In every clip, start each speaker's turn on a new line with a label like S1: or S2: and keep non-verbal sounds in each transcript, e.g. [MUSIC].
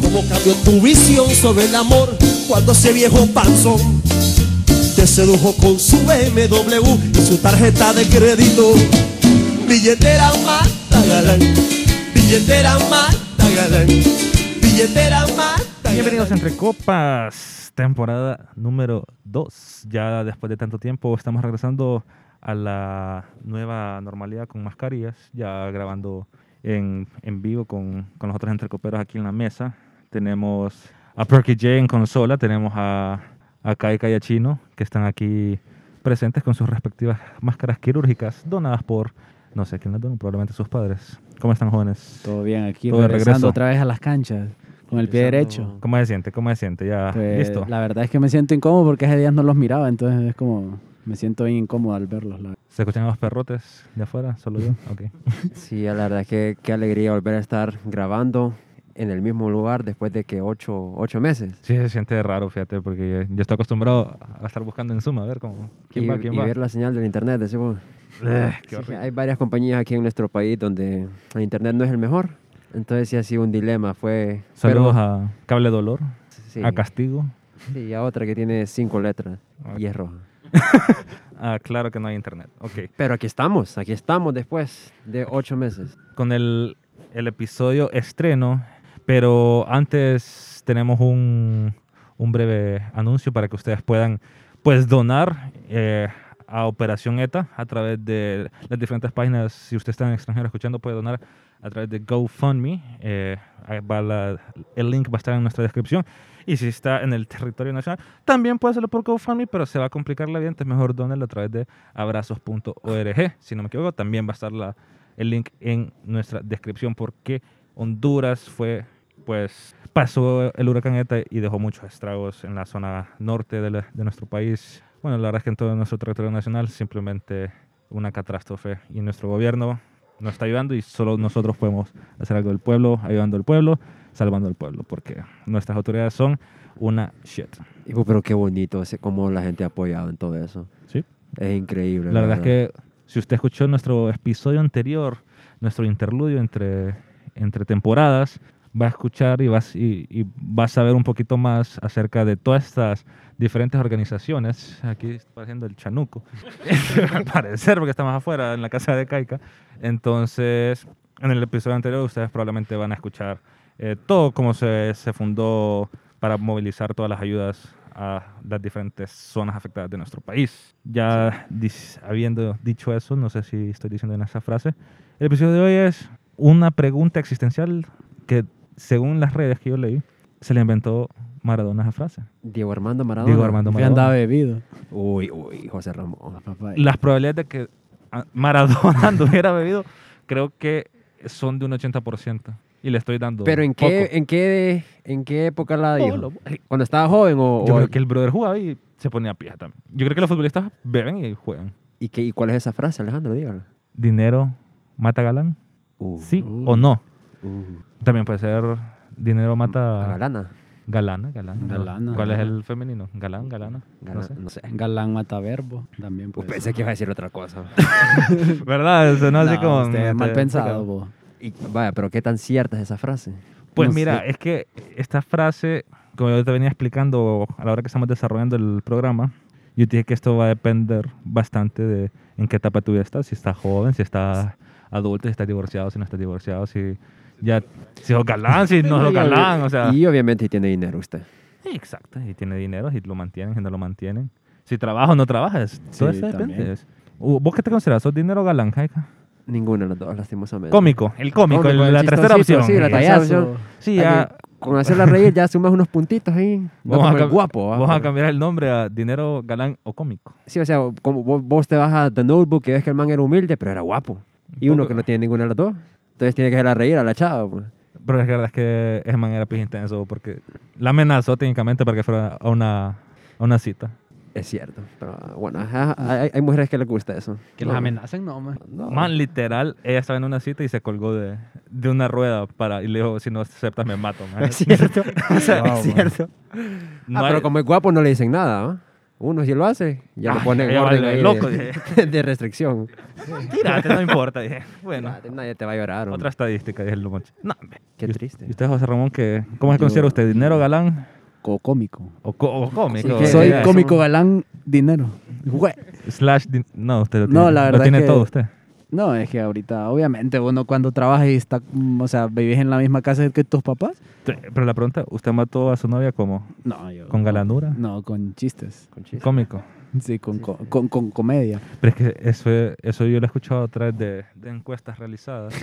S1: ¿Cómo cambió tu visión sobre el amor cuando ese viejo panzón te sedujo con su BMW y su tarjeta de crédito? Billetera mata galán, billetera mata galán, billetera mata
S2: Bienvenidos a
S1: galán.
S2: Entre Copas, temporada número 2. Ya después de tanto tiempo estamos regresando a la nueva normalidad con mascarillas, ya grabando en, en vivo con, con los otros entrecoperos aquí en la mesa. Tenemos a Perky J en consola, tenemos a, a Kai Kai y a Chino, que están aquí presentes con sus respectivas máscaras quirúrgicas donadas por, no sé quién las donó, probablemente sus padres. ¿Cómo están jóvenes?
S3: Todo bien, aquí
S2: Todo de regreso.
S3: regresando otra vez a las canchas, con el pie derecho.
S2: ¿Cómo se siente? ¿Cómo se siente? Ya,
S3: Pues,
S2: Ah, listo.
S3: La verdad es que me siento incómodo porque hace días no los miraba, entonces es como, me siento bien incómodo al verlos. la-
S2: ¿Se escuchan los perrotes de afuera? ¿Solo yo?
S4: [LAUGHS]
S2: Ok.
S4: Sí, la verdad es que qué alegría volver a estar grabando en el mismo lugar después de que ocho, ocho meses.
S2: Sí, se siente raro, fíjate, porque yo estoy acostumbrado a estar buscando en Zoom, a ver cómo, quién
S4: y,
S2: va, quién
S4: y
S2: va.
S4: ver la señal del internet, decimos.
S2: Eh, qué
S4: Sí,
S2: horrible.
S4: hay varias compañías aquí en nuestro país donde el internet no es el mejor. Entonces sí ha sido un dilema, fue...
S2: Saludos
S4: pero-
S2: a Cable Dolor,
S4: sí,
S2: a
S4: [LAUGHS]
S2: Castigo.
S4: sí, a otra que tiene cinco letras
S2: Ah.
S4: y es roja.
S2: Ah, claro que no hay internet. Ok.
S4: Pero aquí estamos, aquí estamos después de ocho meses.
S2: Con el, el episodio estreno, pero antes tenemos un, un breve anuncio para que ustedes puedan pues donar eh, a Operación ETA a través de las diferentes páginas. Si usted está en el extranjero escuchando, puede donar a través de GoFundMe. Eh, ahí va la- el link va a estar en nuestra descripción. Y si está en el territorio nacional, también puede hacerlo por GoFundMe, pero se va a complicar la vida, entonces mejor donarlo a través de abrazos.org. Si no me equivoco, también va a estar la- el link en nuestra descripción porque Honduras fue, pues, pasó el huracán ETA y dejó muchos estragos en la zona norte de, la- de nuestro país. Bueno, la verdad es que en todo nuestro territorio nacional simplemente una catástrofe y nuestro gobierno nos está ayudando y solo nosotros podemos hacer algo del pueblo, ayudando al pueblo, salvando al pueblo, porque nuestras autoridades son una shit.
S4: Y, pues, pero qué bonito ese- cómo la gente ha apoyado en todo eso.
S2: Sí.
S4: Es increíble.
S2: La verdad es que si usted escuchó nuestro episodio anterior, nuestro interludio entre, entre temporadas, va a escuchar y va, a s- y, y va a saber un poquito más acerca de todas estas diferentes organizaciones. Aquí está apareciendo el chanuco, [LAUGHS] al parecer, porque estamos afuera, en la casa de Caica. Entonces, en el episodio anterior ustedes probablemente van a escuchar eh, todo cómo se, se fundó para movilizar todas las ayudas a las diferentes zonas afectadas de nuestro país. Ya dis- habiendo dicho eso, no sé si estoy diciendo en esa frase, el episodio de hoy es una pregunta existencial que, según las redes que yo leí, se le inventó Maradona a esa frase.
S4: Diego Armando Maradona.
S2: Diego Armando
S3: Que andaba
S2: Maradona.
S3: bebido.
S4: Uy, uy, José Ramón.
S3: papá.
S2: Las probabilidades de que ah, Maradona [LAUGHS] no hubiera bebido creo que son de un 80%. Y le estoy dando
S4: Pero ¿en
S2: poco.
S4: qué, ¿en qué en qué época la dijo?
S2: Polo.
S4: ¿Cuando estaba joven o,
S2: Yo
S4: o-
S2: creo que el brother jugaba y se ponía pija también. Yo creo que los futbolistas beben y juegan.
S4: ¿y, qué, y cuál es esa frase, Alejandro? Dígala.
S2: ¿Dinero mata galán?
S4: Uh,
S2: ¿Sí
S3: Uh.
S2: o no?
S4: uh,
S2: También puede ser dinero mata
S4: a Galana.
S2: galana, galán.
S3: Galana.
S2: ¿Cuál es el femenino? Galán, galana. No
S4: Galana,
S2: sé. [LAUGHS] Pues
S4: no sé.
S3: Galán Mataverbo, también.
S4: Uh,
S3: Pues.
S4: pensé que iba a decir
S2: [LAUGHS]
S4: otra cosa.
S2: ¿Verdad? Eso no, así como.
S3: usted es mal
S2: te-
S3: pensado, vos.
S4: Y, vaya, pero qué tan cierta es esa frase.
S2: Pues
S3: No
S2: mira, es que esta frase, como yo te venía explicando a la hora que estamos desarrollando el programa, yo te dije que esto va a depender bastante de en qué etapa de tu vida estás, si estás joven, si estás adulto, si estás divorciado, si no estás divorciado, si ya si sos galán, si no
S4: [LAUGHS]
S2: sos
S4: Y obvi-
S2: galán, o sea,
S4: Y obviamente tiene dinero usted.
S2: Sí, exacto, si tiene dinero, si lo mantienen, si no lo mantienen, si trabaja o no trabajas, todo
S3: Sí,
S2: eso depende.
S3: también.
S2: Uh, ¿Vos qué te consideras? ¿Sos dinero o galán, Jaika?
S4: Ninguna de las dos, lastimosamente.
S2: Cómico, el cómico,
S4: Pues, Cómico,
S2: el-
S4: el
S2: la tercera
S4: chistosito,
S2: opción.
S4: sí, la tercera.
S3: Payaso.
S2: Sí, ya,
S4: Con hacerla reír ya sumas unos puntitos ahí. No
S2: Vamos a
S4: como el
S2: cam-
S4: guapo. ¿va?
S2: Vamos a
S4: Pero-
S2: cambiar el nombre a dinero galán o cómico.
S4: Sí, o sea, como vos, vos te vas a The Notebook y ves que el man era humilde, pero era guapo. Y uno que no tiene ninguna de las dos. Entonces tiene que hacerla reír a la chava. pues.
S2: Pero la verdad es que ese man era pija intenso porque la amenazó técnicamente para que fuera a una, a una cita.
S4: Es cierto. Pero bueno, ajá, hay, hay mujeres que les gusta eso. Ah,
S3: Que
S4: No,
S3: los amenacen, no, man.
S4: no.
S2: Man, literal, ella estaba en una cita y se colgó de, de una rueda para, y le dijo, si no aceptas me [LAUGHS] mato. man".
S4: Es cierto. O sea,
S3: Wow, man.
S4: es cierto.
S2: No
S4: ah,
S2: hay- [LAUGHS]
S4: pero como es guapo no le dicen nada, ¿no? Uno si lo hace, ya
S2: Ah,
S4: lo pone en
S2: ya
S4: orden
S2: vale,
S4: ahí
S2: loco,
S4: de, [LAUGHS] de restricción.
S2: Tírate, no importa. [LAUGHS] dije. Bueno,
S4: Nadie te va a llorar. hombre.
S2: otra estadística, dije el Lomonche. No, hombre.
S4: Qué
S2: Y-
S4: triste.
S2: ¿Y usted, José Ramón, que, cómo se considera usted? ¿Dinero galán
S3: Co- cómico.
S2: o, co- o cómico?
S4: Sí,
S3: Soy
S4: ya,
S3: cómico galán dinero. Güey.
S2: Slash, din- no, usted lo
S3: No,
S2: tiene,
S3: la
S2: lo
S3: verdad
S2: tiene
S3: que-
S2: todo usted.
S3: No, es que ahorita, obviamente, uno cuando trabaja y está, mm, o sea, vivís en la misma casa que tus papás.
S2: Sí, Pero la pregunta, ¿usted mató a su novia como
S3: No, yo.
S2: con galanura?
S3: No, con chistes.
S4: Con chiste.
S2: Cómico.
S3: Sí, con, co- con- con comedia.
S2: Pero es que eso, eso yo lo he escuchado a través de, de encuestas realizadas.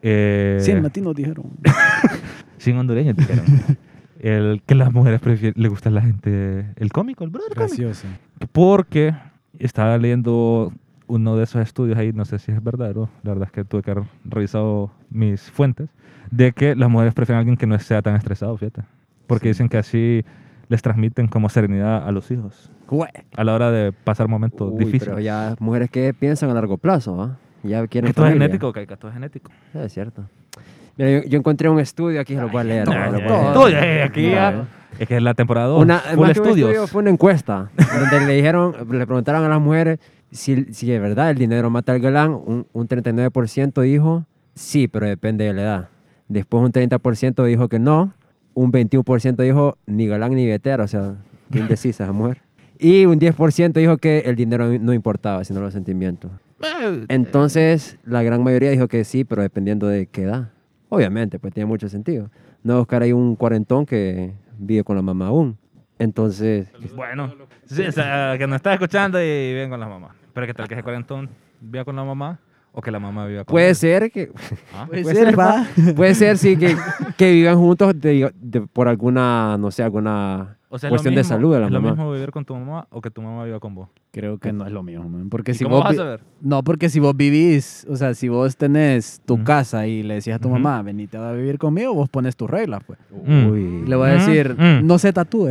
S2: Eh,
S3: Sí, en latino dijeron.
S2: sin hondureños,
S3: [LAUGHS]
S2: dijeron. el que las mujeres prefieren, le gusta a la gente el cómico, el brother cómico.
S3: Gracioso.
S2: Porque estaba leyendo uno de esos estudios ahí, no sé si es verdadero, la verdad es que tuve que haber revisado mis fuentes, de que las mujeres prefieren a alguien que no sea tan estresado, fíjate. Porque dicen que así les transmiten como serenidad a los hijos
S3: Güey.
S2: a la hora de pasar momentos
S4: Uy,
S2: difíciles.
S4: Pero ya mujeres que piensan a largo plazo, ¿ah? Ya quieren
S2: Que todo es
S4: familia.
S2: genético, Caica, todo es genético.
S4: Sí, Es cierto. Mira, yo, yo encontré un estudio aquí, se lo voy a leer.
S2: No,
S4: se lo voy a
S2: no,
S4: leer.
S2: no, eh, aquí
S4: No,
S2: ya-
S4: eh.
S2: Es que es la temporada 2.
S4: Una, más que un
S2: Full
S4: estudio,
S2: Studios.
S4: fue una encuesta donde le dijeron, le preguntaron a las mujeres si, si de verdad el dinero mata al galán. Un, un 39% dijo sí, pero depende de la edad. Después un 30% dijo que no. Un 21% dijo ni galán ni vetero, o sea, qué indecisa esa mujer. Y un 10% dijo que el dinero no importaba, sino los sentimientos.
S2: Eh,
S4: Entonces, la gran mayoría dijo que sí, pero dependiendo de qué edad. Obviamente, pues tiene mucho sentido. No buscar ahí un cuarentón que vive con la mamá aún. Entonces,
S2: Bueno, sí, o sea, que nos está escuchando y ven con la mamá. Pero que tal que ese cuarentón viva con la mamá o que la mamá viva con
S4: puede
S2: él.
S4: ser que... [LAUGHS]
S2: Ah.
S3: Puede ser, va.
S4: Puede ser, sí, que, que vivan juntos de- de- por alguna, no sé, alguna
S2: O sea, es lo
S4: cuestión de
S2: mismo-
S4: salud de la
S2: es lo
S4: mamá.
S2: mismo vivir con tu mamá o que tu mamá viva con vos.
S3: Creo que no es lo mismo, man, Porque
S2: ¿Y
S3: si
S2: cómo
S3: vos
S2: vas a
S3: vi-
S2: saber?
S3: No, porque si vos vivís, o sea, si vos tenés tu
S2: Ujú.
S3: casa y le decías a tu
S2: Ujú.
S3: mamá, venite a vivir conmigo, vos pones tus reglas, pues.
S2: Mm.
S4: Uy.
S3: Le voy a
S2: Mm,
S3: decir,
S2: mm.
S3: no
S2: [LAUGHS]
S3: se tatúe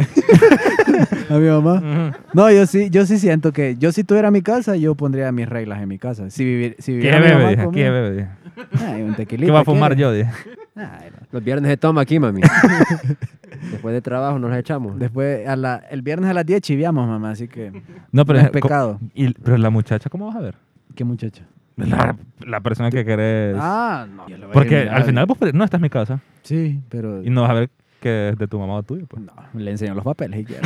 S3: a mi mamá.
S2: Ujú.
S3: No, yo sí, yo sí siento que yo si tuviera mi casa, yo pondría mis reglas en mi casa. Si vivir, si
S2: ¿Qué
S3: viviera mi
S2: bebe?
S3: mamá
S2: Dije, ¿qué
S3: conmigo-
S2: bebe? Dije.
S3: [LAUGHS] Ay, un tequilita.
S2: ¿Qué va a fumar
S3: ¿quiere?
S2: yo? Dije.
S3: Ay, no.
S4: Los viernes se toma
S2: [LAUGHS]
S4: aquí, mami. Después de trabajo nos las echamos.
S3: Después, a la, el viernes a las 10 chiviamos, mamá, así que...
S2: No, pero,
S3: No es
S2: co-
S3: pecado.
S2: y- pero la muchacha, ¿cómo vas a ver?
S3: ¿Qué muchacha?
S2: La, la persona que querés.
S3: Ah, no. yo le voy a
S2: Porque
S3: decir,
S2: al
S3: mira,
S2: final vos, pre- no, esta es mi casa.
S3: Sí, pero...
S2: Y no vas a ver que es de tu mamá o tuyo. Pues.
S3: No, le enseño los papeles si [LAUGHS] quiere.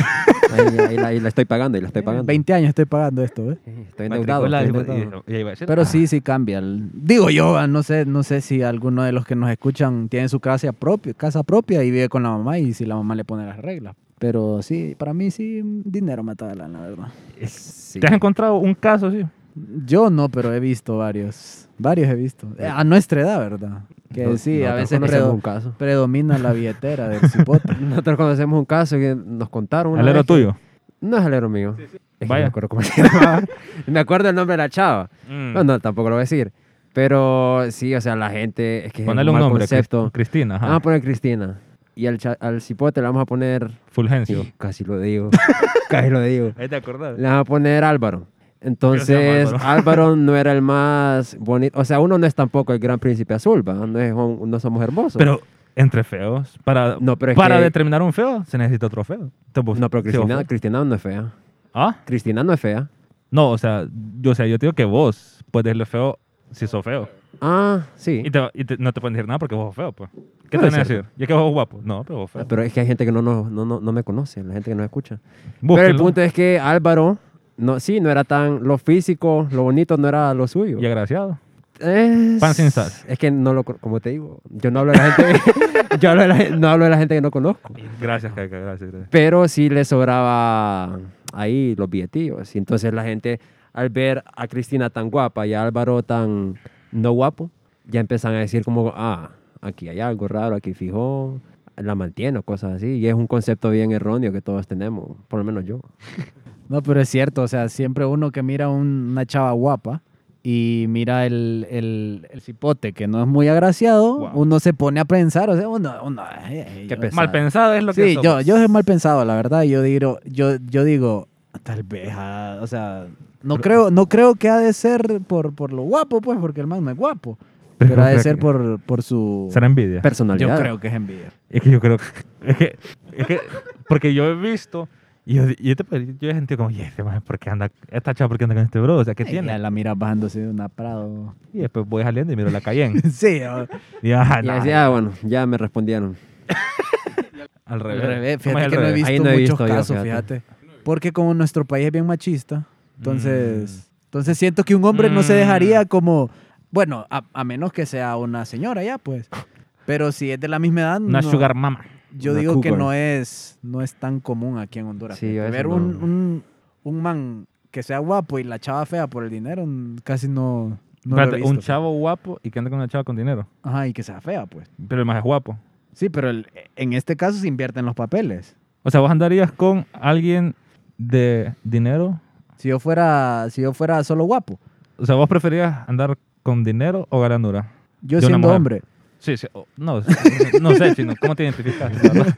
S4: Ahí, ahí la, ahí la estoy pagando, ahí la estoy
S2: Mm.
S4: pagando.
S3: 20 años estoy pagando esto, ¿eh?
S4: Estoy endeudado.
S2: Matriculada,
S4: estoy
S2: y-
S4: endeudado.
S2: y- y iba a decir,
S3: Pero
S2: ah,
S3: sí, sí cambia. el- Digo yo, ah, no sé, no sé si alguno de los que nos escuchan tiene su casa propia, casa propia y vive con la mamá y si la mamá le pone las reglas. Pero sí, para mí sí, dinero mata de la verdad.
S4: Sí.
S2: ¿Te has encontrado un caso así?
S3: Yo no, pero he visto varios. Varios he visto. Eh, A nuestra edad, ¿verdad? Que
S4: No-
S3: sí, a
S4: nosotros
S3: veces
S4: conocemos
S3: predo-
S4: un caso.
S3: predomina la billetera del
S4: [LAUGHS]
S3: cipote.
S4: Nosotros conocemos un caso que nos contaron. una
S2: ¿Alero
S4: vez que-
S2: tuyo?
S4: No es alero mío. Es que
S2: Vaya.
S4: No me, acuerdo cómo se [LAUGHS] llamaba. me acuerdo el nombre de la chava.
S2: Mm.
S4: No, no, tampoco lo voy a decir. Pero sí, o sea, la gente. Es que
S2: Ponle
S4: es
S2: un
S4: eh, mal
S2: nombre, Cris-
S4: concepto. Ah, pues,
S2: Cristina, ajá.
S4: Vamos a poner Cristina. Y al, cha- al cipote le vamos a poner.
S2: Fulgencio.
S4: [LAUGHS] Casi lo digo. casi lo digo.
S2: Ahí te acordás.
S4: Le vamos a poner Álvaro.
S2: Pero se
S4: Entonces,
S2: llama
S4: Álvaro no era el más bonito. O sea, uno no es tampoco el gran príncipe azul, ¿va? No, es un- no somos hermosos.
S2: Pero entre feos, para,
S4: No, pero es
S2: para
S4: que-
S2: determinar un feo, se necesita otro feo. Entonces, vos-
S4: no, pero
S2: si vos
S4: Cristina,
S2: fueras-
S4: Cristina no es fea.
S2: ¿Ah?
S4: Cristina no es fea.
S2: No, o sea, yo, o sea, yo te digo que vos puedes decirle feo si sos feo.
S4: Ah, sí.
S2: Y, te, y te- no te pueden decir nada porque vos sos feo, pues. ¿Qué te
S4: Puede
S2: van a
S4: ser.
S2: decir? Yo que vos sos guapo. No, pero vos
S4: Ah,
S2: feo.
S4: Pero es que hay gente que no, nos- no, no, no me conoce, la gente que nos escucha. Pero el
S2: Búsquenlo.
S4: punto es que Álvaro, no, sí, no era tan. Lo físico, lo bonito no era lo suyo.
S2: Y agraciado.
S4: Es,
S2: Pan sin sal.
S4: Es que no lo. con- Como te digo, yo no hablo de la gente. [LAUGHS] yo hablo de la gen- no hablo de la gente que no conozco.
S2: Gracias, Caica, gracias. gracias.
S4: Pero sí le sobraba ahí los billetillos. Y entonces la gente, al ver a Cristina tan guapa y a Álvaro tan no guapo, ya empiezan a decir como, ah, aquí hay algo raro, aquí fijó, la mantiene o cosas así. Y es un concepto bien erróneo que todos tenemos, por lo menos yo.
S3: No, pero es cierto, o sea, siempre uno que mira un- una chava guapa y mira el, el, el cipote que no es muy agraciado,
S2: Wow.
S3: uno se pone a pensar, o sea, uno... uno eh,
S4: Qué
S3: yo-
S4: pesado.
S2: Mal pensado es lo que
S3: Sí, yo,
S2: somos.
S3: yo soy mal pensado, la verdad, y yo digo, yo, yo digo tal vez, ah, o sea, no creo, no creo que ha de ser por, por lo guapo, pues, porque el man no es guapo,
S2: Pero
S3: pero, ha de
S2: creo
S3: ser
S2: que-
S3: por, por su...
S2: Será envidia.
S3: Yo
S4: Personalidad.
S3: creo que es envidia.
S2: Es que yo creo que- es que, es que porque yo he visto Y yo, y yo, te, yo he sentido como, y este maje, ¿por qué anda? Esta chava, ¿por qué anda con este bro? O sea, ¿qué
S3: Ay,
S2: tiene?
S3: ya la mira bajándose de una Prado.
S2: Y después voy saliendo y miro la
S3: [LAUGHS]
S2: Cayenne.
S3: sí, o-
S2: Y, ajá,
S4: Y
S2: nah,
S4: así, ah, bueno, ya me respondieron.
S2: al
S3: al
S2: revés.
S3: revés.
S2: ¿Cómo es
S3: Fíjate
S2: al
S3: que no he
S2: revés?
S4: Ahí
S3: visto
S4: no he
S3: muchos
S4: visto yo,
S3: casos, fíjate.
S4: fíjate.
S3: Porque como nuestro país es bien machista, entonces,
S4: Mm.
S3: entonces siento que un hombre no se dejaría como, bueno, a, a menos que sea una señora ya, pues. Pero si es de la misma edad,
S2: Una
S3: no.
S2: sugar mama.
S3: yo
S4: Una
S3: digo que
S4: cougar.
S3: no es, no es tan común aquí en Honduras.
S4: Sí,
S3: fíjate.
S4: a veces
S3: Ver un,
S4: no.
S3: un, un man que sea guapo y la chava fea por el dinero, mm, casi no, no lo he
S2: Espérate,
S3: visto. pues.
S2: un chavo guapo y que anda con una chava con dinero.
S3: Ajá, y que sea fea, pues.
S2: Pero el más es guapo.
S3: Sí, pero el- en este caso se invierten los papeles.
S2: O sea, vos andarías con alguien de dinero.
S3: Si yo fuera, si yo fuera solo guapo,
S2: O sea, vos preferías andar con dinero o garanura.
S3: yo
S2: De una
S3: siendo
S2: mujer.
S3: hombre,
S2: Sí, sí. o- no, [LAUGHS] no sé, chino. ¿Cómo te identificas? la verdad?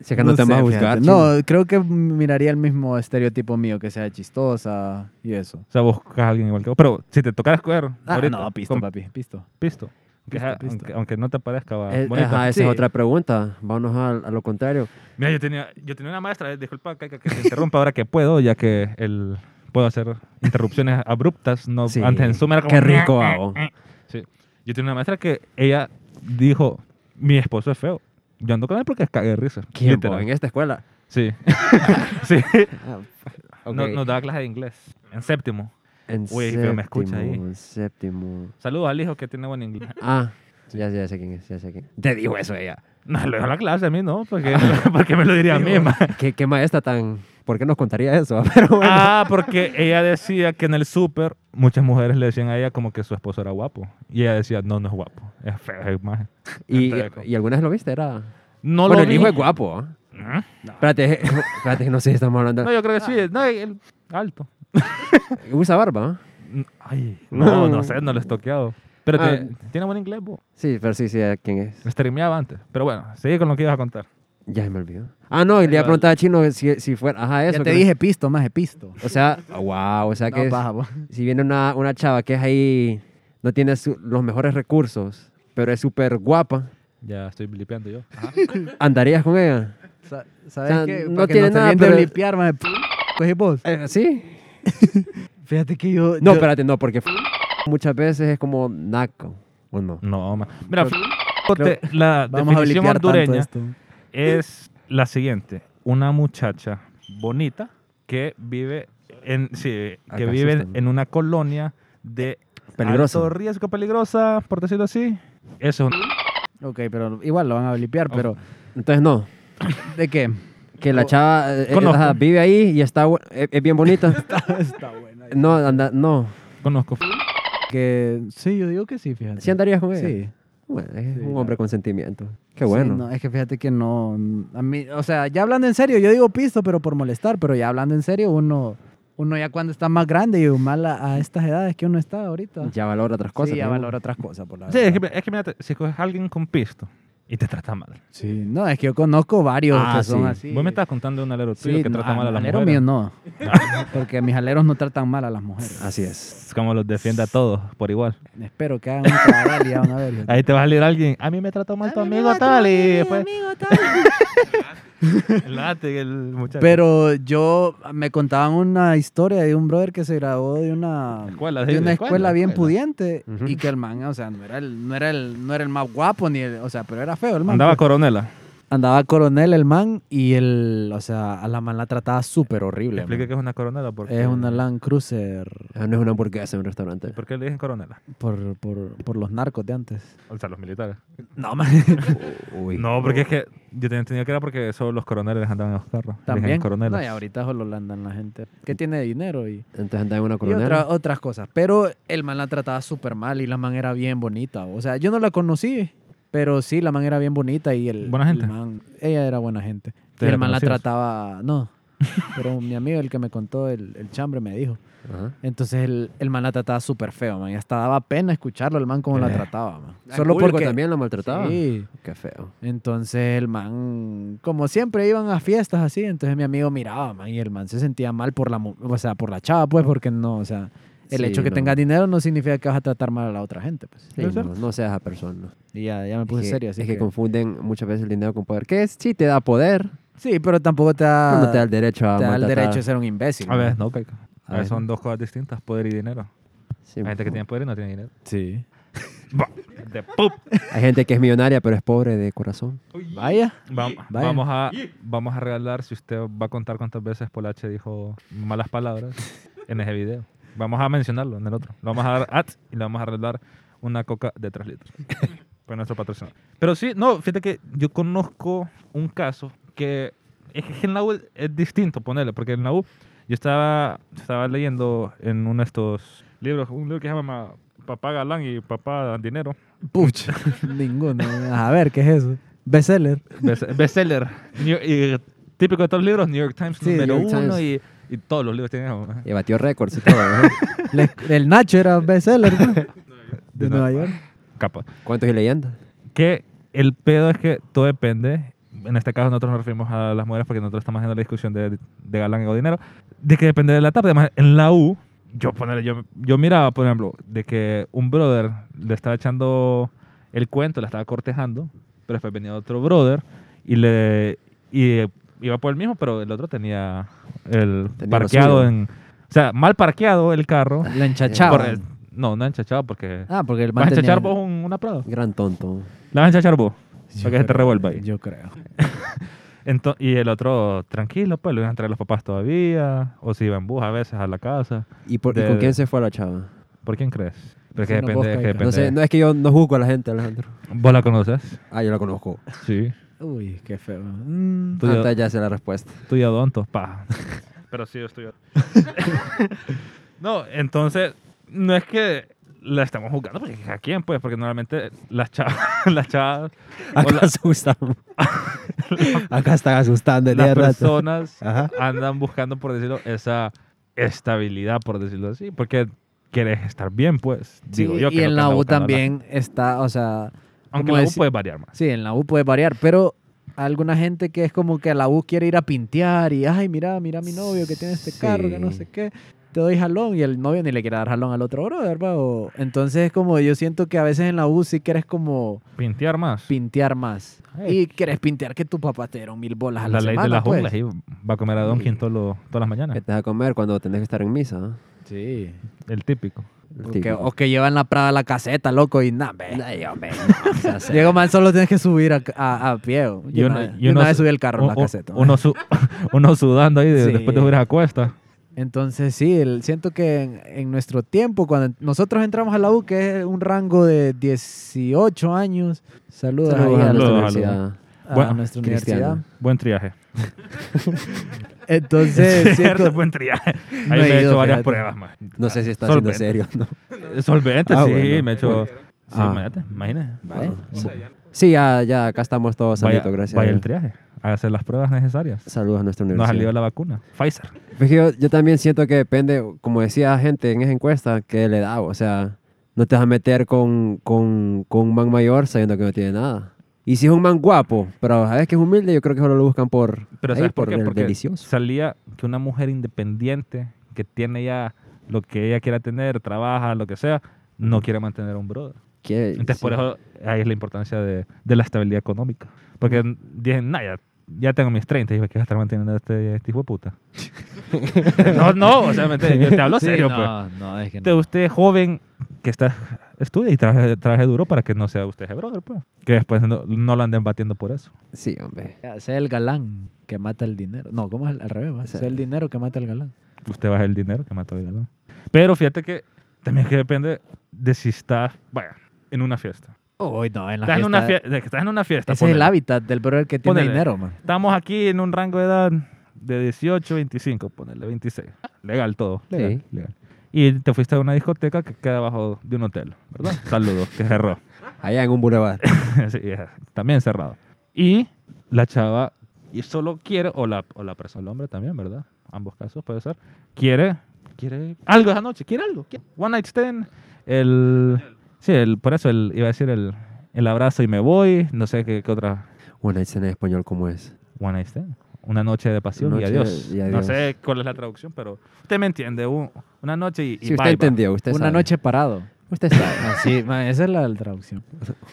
S4: Si acá no, te
S3: sé, fíjate.
S4: vas a buscar. chino.
S3: No, creo que miraría el mismo estereotipo mío, que sea chistosa y eso.
S2: O sea, vos buscas a alguien igual que vos. Pero si te tocaras escoger
S3: Ah,
S2: ahorita,
S3: no, pisto,
S2: con
S3: papi, pisto.
S2: pisto. Aunque,
S3: Pisto, pisto.
S2: aunque- aunque no te parezca va,
S4: Es-
S2: Ah, bonito.
S4: Eh, ajá, esa
S3: Sí.
S4: es otra pregunta. Vámonos a, a lo contrario.
S2: Mira, yo tenía, yo tenía una maestra, eh, disculpa Kaka, que te interrumpa ahora que puedo, ya que el, puedo hacer interrupciones abruptas, no
S4: Sí.
S2: antes en Zoom era como... [LAUGHS]
S4: Qué rico ah, oh. hago.
S2: Sí. Yo tenía una maestra que ella dijo, mi esposo es feo, yo ando con él porque es cague de risa.
S4: ¿Quién, po?
S2: Literal.
S4: En esta escuela.
S2: Sí. [LAUGHS] sí.
S4: Ah, ok.
S2: No- nos daba clase de inglés, en séptimo.
S4: En
S2: Uy, pero me escucha ahí.
S4: séptimo, en séptimo.
S2: Saludos al hijo que tiene buen inglés.
S4: Ah, ya, ya sé quién es, ya sé quién. Te dijo eso ella.
S2: No, lo dejó la clase a mí, ¿no? Porque, [LAUGHS] porque me lo diría a mí, ma.
S4: ¿Qué, qué maestra tan... ¿Por qué nos contaría eso? [LAUGHS] Pero bueno.
S2: Ah, porque ella decía que en el súper muchas mujeres le decían a ella como que su esposo era guapo. Y ella decía, no, no es guapo. Es feo, es imagen.
S4: y,
S2: Entonces,
S4: y algunas lo viste, era...
S2: No
S4: bueno,
S2: lo
S4: el hijo
S2: vi.
S4: es guapo. ¿ah?
S2: ¿Ah?
S4: Espérate, [LAUGHS] espérate, que no sé si estamos hablando.
S2: No, yo creo que sí. No, el alto.
S4: Usa barba. ¿ah?
S2: Ay, no,
S4: No.
S2: no sé, no lo he estoqueado. Pero te- tiene buen inglés, vos.
S4: Sí, pero sí, sí, ¿a quién es.
S2: Streameaba antes. Pero bueno, sigue con lo que ibas a contar.
S4: Ya se me olvidó. Ah, no, y le iba
S2: Igual.
S4: a preguntar a Chino si, si fuera... Ajá, eso.
S3: Ya te
S4: que-
S3: dije pisto, más de pisto.
S4: O sea, wow, o sea que
S3: No,
S4: es-
S3: paja, vos.
S4: si viene una, una chava que es ahí, no tiene su- los mejores recursos, pero es súper guapa,
S2: Ya estoy blipeando yo.
S4: ¿andarías con ella?
S3: Sa-
S4: O sea,
S3: ¿Sabes qué?
S4: no
S3: Para que
S4: tiene
S3: no te
S4: nada,
S3: vienen de
S4: pero-
S3: blipear, más de Pues vos.
S4: Eh, sí.
S3: Fíjate que yo... yo-
S4: No, espérate, no, porque f- muchas veces es como naco, ¿o no?
S2: No, ma. Mira,
S3: Creo-
S2: te- la
S3: Vamos a
S2: definición
S3: blipear tanto
S2: hondureña
S3: esto.
S2: es la siguiente. Una muchacha bonita que vive en, sí, que
S4: Acá
S2: vive
S4: asustan.
S2: en una colonia de
S4: Peligrosa.
S2: alto riesgo peligrosa, por decirlo así. Eso es un-
S3: Ok, pero igual lo van a blipear, pero...
S4: Entonces, no.
S3: ¿De qué?
S4: Que la
S3: O-
S4: chava eh, eh,
S2: Conozco.
S4: ajá, vive ahí y está, bu- e, es, es bien bonita.
S3: [LAUGHS] Está buena.
S4: No, anda, no.
S2: Conozco.
S3: Que... Sí, yo digo que sí, fíjate.
S4: ¿Sí andarías con ella?
S3: Sí.
S4: Bueno, es
S3: Sí,
S4: un hombre
S3: claro.
S4: con sentimiento. Qué
S3: Sí,
S4: bueno.
S3: no, es que fíjate que no. A mí, o sea, ya hablando en serio, yo digo pisto, pero por molestar, pero ya hablando en serio, uno, uno ya cuando está más grande y más a, a estas edades que uno está ahorita,
S4: Ya valora otras cosas.
S3: sí, ya
S4: ¿no?
S3: valora otras cosas, por la
S2: Sí, es
S3: verdad.
S2: que, es que mira, si coges a alguien con pisto y te trata mal.
S3: Sí, no, es que yo conozco varios
S4: Ah,
S3: que son
S4: sí.
S3: así.
S2: Vos me estás contando de un alero tuyo
S3: Sí,
S2: que
S3: no,
S2: trata mal a las
S3: alero
S2: mujeres.
S3: mío
S2: [LAUGHS]
S3: no. Porque mis aleros no tratan mal a las mujeres.
S4: Así es.
S2: Es como los defiende a todos por igual.
S3: Espero que hagan un cabal y ya van a ver.
S4: [LAUGHS]
S2: Ahí te va a salir alguien. A mí me trató mal tu amigo tal y después. Amigo tal. [LAUGHS] Late el muchacho.
S3: Pero yo ah, me contaban una historia de un brother que se graduó de una
S2: Escuela, sí,
S3: de una
S2: de
S3: escuela,
S2: escuela,
S3: bien
S2: escuela.
S3: pudiente
S4: Ujú.
S3: y que el man, o sea, no era el no era el no era el más guapo ni el, o sea, pero era feo el man.
S2: Andaba
S3: pues.
S2: coronela.
S3: Andaba coronel el man y el, o sea, a la man la trataba súper horrible.
S2: Explique
S3: man.
S2: que es una coronela. Porque,
S3: Es una Land Cruiser
S4: Ah, No es una hamburguesa en un restaurante.
S2: ¿Por qué le dicen coronela?
S3: por, por, por los narcos
S2: [LAUGHS]
S3: de antes.
S2: O sea, los militares.
S3: No, man.
S4: Uy.
S2: No, porque es que yo tenía entendido que era porque solo los coroneles andaban en los carros.
S3: También.
S2: coroneles.
S3: No, y ahorita solo la andan la gente que tiene dinero y...
S4: Entonces anda en una
S3: Y
S4: coronela.
S3: otra- otras cosas. Pero el man la trataba súper mal y la man era bien bonita. O sea, yo no la conocí, pero sí, la man era bien bonita y el.
S2: Buena gente.
S3: el man- ella era buena gente. Y
S2: ¿Te la
S3: el man la
S2: conocías?
S3: trataba.
S2: [LAUGHS]
S3: No. Pero mi amigo, el que me contó, el, el chambre, me dijo.
S4: Ajá.
S3: Entonces el, el man la trataba súper feo, man. Y hasta daba pena escucharlo, el man, cómo la
S2: Eh.
S3: trataba, man.
S4: Al público también la maltrataba.
S3: Sí.
S4: Qué feo.
S3: Entonces el man, como siempre iban a fiestas así, entonces mi amigo miraba, man, y el man se sentía mal por la, mu- o sea, por la chava, pues, porque no, o sea, el
S4: Sí,
S3: hecho que
S4: no.
S3: tengas dinero no significa que vas a tratar mal a la otra gente, pues.
S4: Sí,
S2: Puede
S4: no,
S2: ser.
S4: no seas esa persona.
S3: Y ya, ya me
S4: Es
S3: puse
S4: que-
S3: Pues serio, así
S4: es que,
S3: que,
S4: confunden muchas veces el dinero con poder. Que es, sí te da poder,
S3: Sí, pero tampoco te da,
S4: no te da el derecho a
S3: Ah, te da el
S4: maltratar.
S3: derecho de ser un imbécil.
S2: A
S3: ¿no?
S2: ver, no, Caica. A
S4: A
S2: ver,
S4: ver.
S2: son dos cosas distintas, poder y dinero.
S4: Sí,
S2: Hay gente que tiene poder y no tiene dinero.
S5: Sí.
S2: Va- de pup.
S4: Hay gente que es millonaria pero es pobre de corazón.
S3: Vaya.
S2: Va-
S3: Vaya.
S2: vamos, a, vamos a regalar, si usted va a contar cuántas veces Polache dijo malas palabras en ese video. Vamos a mencionarlo en el otro. Lo vamos a dar at y le vamos a regalar una coca de 3 litros. Con nuestro patrocinador. Pero sí, no, fíjate que yo conozco un caso que es que en la U es distinto ponerle, porque en la U yo estaba, estaba leyendo en uno de estos libros, un libro que se llama Papá Galán y Papá Dinero.
S3: Pucha. [LAUGHS] Ninguno. A ver, ¿qué es eso? Bestseller.
S2: Best- bestseller. New- y típico de todos los libros, New York Times
S4: Sí,
S2: número
S4: New York
S2: uno
S4: Times.
S2: y, y todos los libros tienen uno.
S4: [LAUGHS] Y batió récords y todo. ¿no?
S3: [LAUGHS] Le- el Nacho era bestseller,
S4: [LAUGHS]
S3: ¿no? De Nueva York.
S2: Capa.
S4: ¿Cuántos y leyendas?
S2: Que el pedo es que todo depende. En este caso nosotros nos referimos a las mujeres porque nosotros estamos haciendo la discusión de, de galán o dinero. De que depende de la tarde. Además, en la U, yo, ponerle, yo, yo miraba, por ejemplo, de que un brother le estaba echando el cuento, la estaba cortejando, pero después venía otro brother y le y eh, iba por el mismo, pero el otro tenía el
S4: Tenía lo
S2: parqueado
S4: suyo.
S2: en... O sea, mal parqueado el carro.
S3: La
S4: Eh,
S3: enchachaba.
S2: Por el- no, no enchachado porque...
S3: Ah, porque el
S2: ¿Vas a
S3: man tenía-
S2: enchachar vos un, una Prado?
S4: Gran tonto.
S2: La vas a enchachar vos, para que se te
S5: creo-
S2: revuelva ahí.
S5: Yo creo.
S2: Ento- y el otro, tranquilo, pues lo iban a traer los papás todavía, o si iba en bus a veces a la casa.
S4: ¿Y, por, y
S2: De-
S4: con quién se fue la chava?
S2: ¿Por quién crees? Pero que
S3: Sí, no, vos,
S2: depende, que
S3: Caica.
S2: depende.
S4: No sé, no es que yo no juzgo a la gente, Alejandro.
S2: ¿Vos la
S4: [LAUGHS]
S2: conoces?
S4: Ah, yo la conozco.
S2: Sí.
S3: Uy, qué feo. Mm,
S2: Tú ya-
S4: Hasta ya sé la respuesta.
S2: Tú y Odonto, pa. [LAUGHS] Pero sí, yo estoy. [LAUGHS] no, entonces, no es que la estamos jugando, porque ¿a quién? Pues, porque normalmente las chavas, [LAUGHS] las chavas, o la-
S4: Acá se asustan. [LAUGHS] Acá están asustando el día
S2: las
S4: de rato. Ah,
S2: personas
S5: Ajá.
S2: andan buscando, por decirlo, esa estabilidad, por decirlo así, porque quieres estar bien, pues.
S3: sí,
S2: Digo yo que
S3: y
S2: lo que
S3: en la
S2: anda
S3: U
S2: buscando
S3: también está, o sea,
S2: Aunque
S3: ¿cómo
S2: la U
S3: decir?
S2: puede variar más.
S3: Sí, en la U puede variar, pero hay alguna gente que es como que a la U quiere ir a pintear y, ay, mira, mira a mi novio que tiene este carro, que no
S4: Sí.
S3: sé qué, te doy jalón y el novio ni le quiere dar jalón al otro brother, ¿va? O- entonces como yo siento que a veces en la U sí quieres como
S2: Pintear más.
S3: pintear más
S2: Ey.
S3: y quieres pintear que tu papá te dieron mil bolas a
S2: la,
S3: la,
S2: ley de
S3: semana,
S2: la
S3: pues.
S2: jungla. ahí va a comer a Don Quinto todas las
S4: ¿Qué
S2: mañanas.
S4: te vas a comer cuando tenés que estar en misa? ¿no?
S5: Sí.
S2: El típico.
S4: El
S3: O que,
S4: típico.
S3: o que llevan la prada a la caseta, loco, y nada, ve. [LAUGHS]
S4: Ay, hombre, no, o sea, se-
S3: Llego man, solo tienes que subir a, a, a pie. o.
S2: Y
S3: Yo,
S2: uno-
S3: una,
S2: y
S3: yo una
S2: uno
S3: vez
S2: su-
S3: subí el carro
S2: u-
S3: a la
S2: u-
S3: caseta. man.
S2: Uno, su- [LAUGHS] uno sudando ahí de-
S3: Sí.
S2: después de subir a la cuesta.
S3: Entonces, sí, el- siento que en, en nuestro tiempo, cuando nosotros entramos a la U, que es un rango de 18 años, saludos, ahí
S4: Saludos
S3: a,
S4: a
S2: Saludos,
S4: nuestra
S2: saludos.
S4: universidad.
S3: a
S2: Bueno,
S3: nuestra
S4: Cristiano.
S2: [LAUGHS]
S3: universidad.
S2: Buen
S3: [LAUGHS]
S2: triaje.
S3: Entonces,
S2: Cierto,
S3: siento,
S2: [LAUGHS] buen triaje. Ahí
S3: No
S2: me
S3: he
S2: he
S3: ido,
S2: hecho varias
S3: fíjate.
S2: pruebas más.
S4: No sé si está
S2: Solvente.
S4: siendo serio. ¿no?
S2: Solvente,
S4: Ah,
S2: sí,
S4: bueno.
S2: me he hecho. Sí,
S4: Ah.
S2: imagínate, imagínate.
S4: Sí, ya, ya, acá estamos todos,
S2: Vaya,
S4: Sandito, gracias.
S2: vaya el triaje. Hágase las pruebas necesarias.
S4: Saludos a nuestra
S2: No ha
S4: universidad.
S2: salido la vacuna. Pfizer.
S4: Es que yo, yo también siento que depende, como decía gente en esa encuesta, que le da, o sea, no te vas a meter con, con, con un man mayor sabiendo que no tiene nada. Y si es un man guapo, pero sabes que es humilde, yo creo que solo lo buscan por,
S2: Pero
S4: ahí,
S2: ¿sabes por,
S4: por,
S2: qué?
S4: el
S2: Porque
S4: delicioso.
S2: salía que una mujer independiente que tiene ya lo que ella quiera tener, trabaja, lo que sea, no quiere mantener a un brother.
S4: Que-
S2: Entonces,
S4: sí.
S2: por eso ahí es la importancia de, de la estabilidad económica. Porque dicen, nah, ya, ya tengo mis 30, y yo, ¿qué vas a estar manteniendo a este, este hijo de
S4: [LAUGHS]
S2: puta? [LAUGHS] no, no, o sea, ¿me entiendes? yo te hablo
S5: Sí,
S2: serio, pues.
S5: no, no, es que
S2: Usted,
S5: no.
S2: usted joven que está estudia y trabaje, trabaje duro para que no sea usted ese brother, pues. Que después no, no lo anden batiendo por eso.
S4: Sí, hombre.
S3: sé el galán que mata el dinero. No, ¿cómo es al- al revés? va? Sé el dinero que mata el galán.
S2: usted baja el dinero que mató el galán. Pero fíjate que también es que depende de si estás, vaya, en una fiesta.
S3: Uy, no, en la
S2: Estás en, una
S3: fiesta-
S2: fie- de que estás en una fiesta.
S3: Ese es el
S2: ponele.
S3: hábitat del brother que tiene
S2: Ponele.
S3: dinero, man.
S2: Estamos aquí en un rango de edad de 18, 25, ponele 26. Legal todo. Legal,
S4: Sí.
S2: legal. Y te fuiste a una discoteca que queda abajo de un hotel, ¿verdad? Saludos, que cerró.
S4: Allá en un bulevar.
S2: [LAUGHS] Sí, eh, también cerrado. Y la chava y solo quiere, o la, o la persona, el hombre también, ¿verdad? Ambos casos puede ser. Quiere, quiere algo esa noche, quiere algo. quiere- One night stand, el... Sí, el, por eso el, iba a decir el, el abrazo y me voy, no sé qué, qué otra.
S4: Una escena en español como es.
S2: One night stand. Una noche de pasión y,
S4: Noche
S2: adiós.
S4: y
S2: No
S4: adiós.
S2: sé cuál es la traducción, pero usted me entiende. un- una noche y, y
S4: Si usted
S2: bye, bye.
S4: entendió, usted
S3: Una
S4: sabe.
S3: noche parado.
S4: Usted sabe.
S2: [LAUGHS]
S3: Así, man, esa es la, la traducción.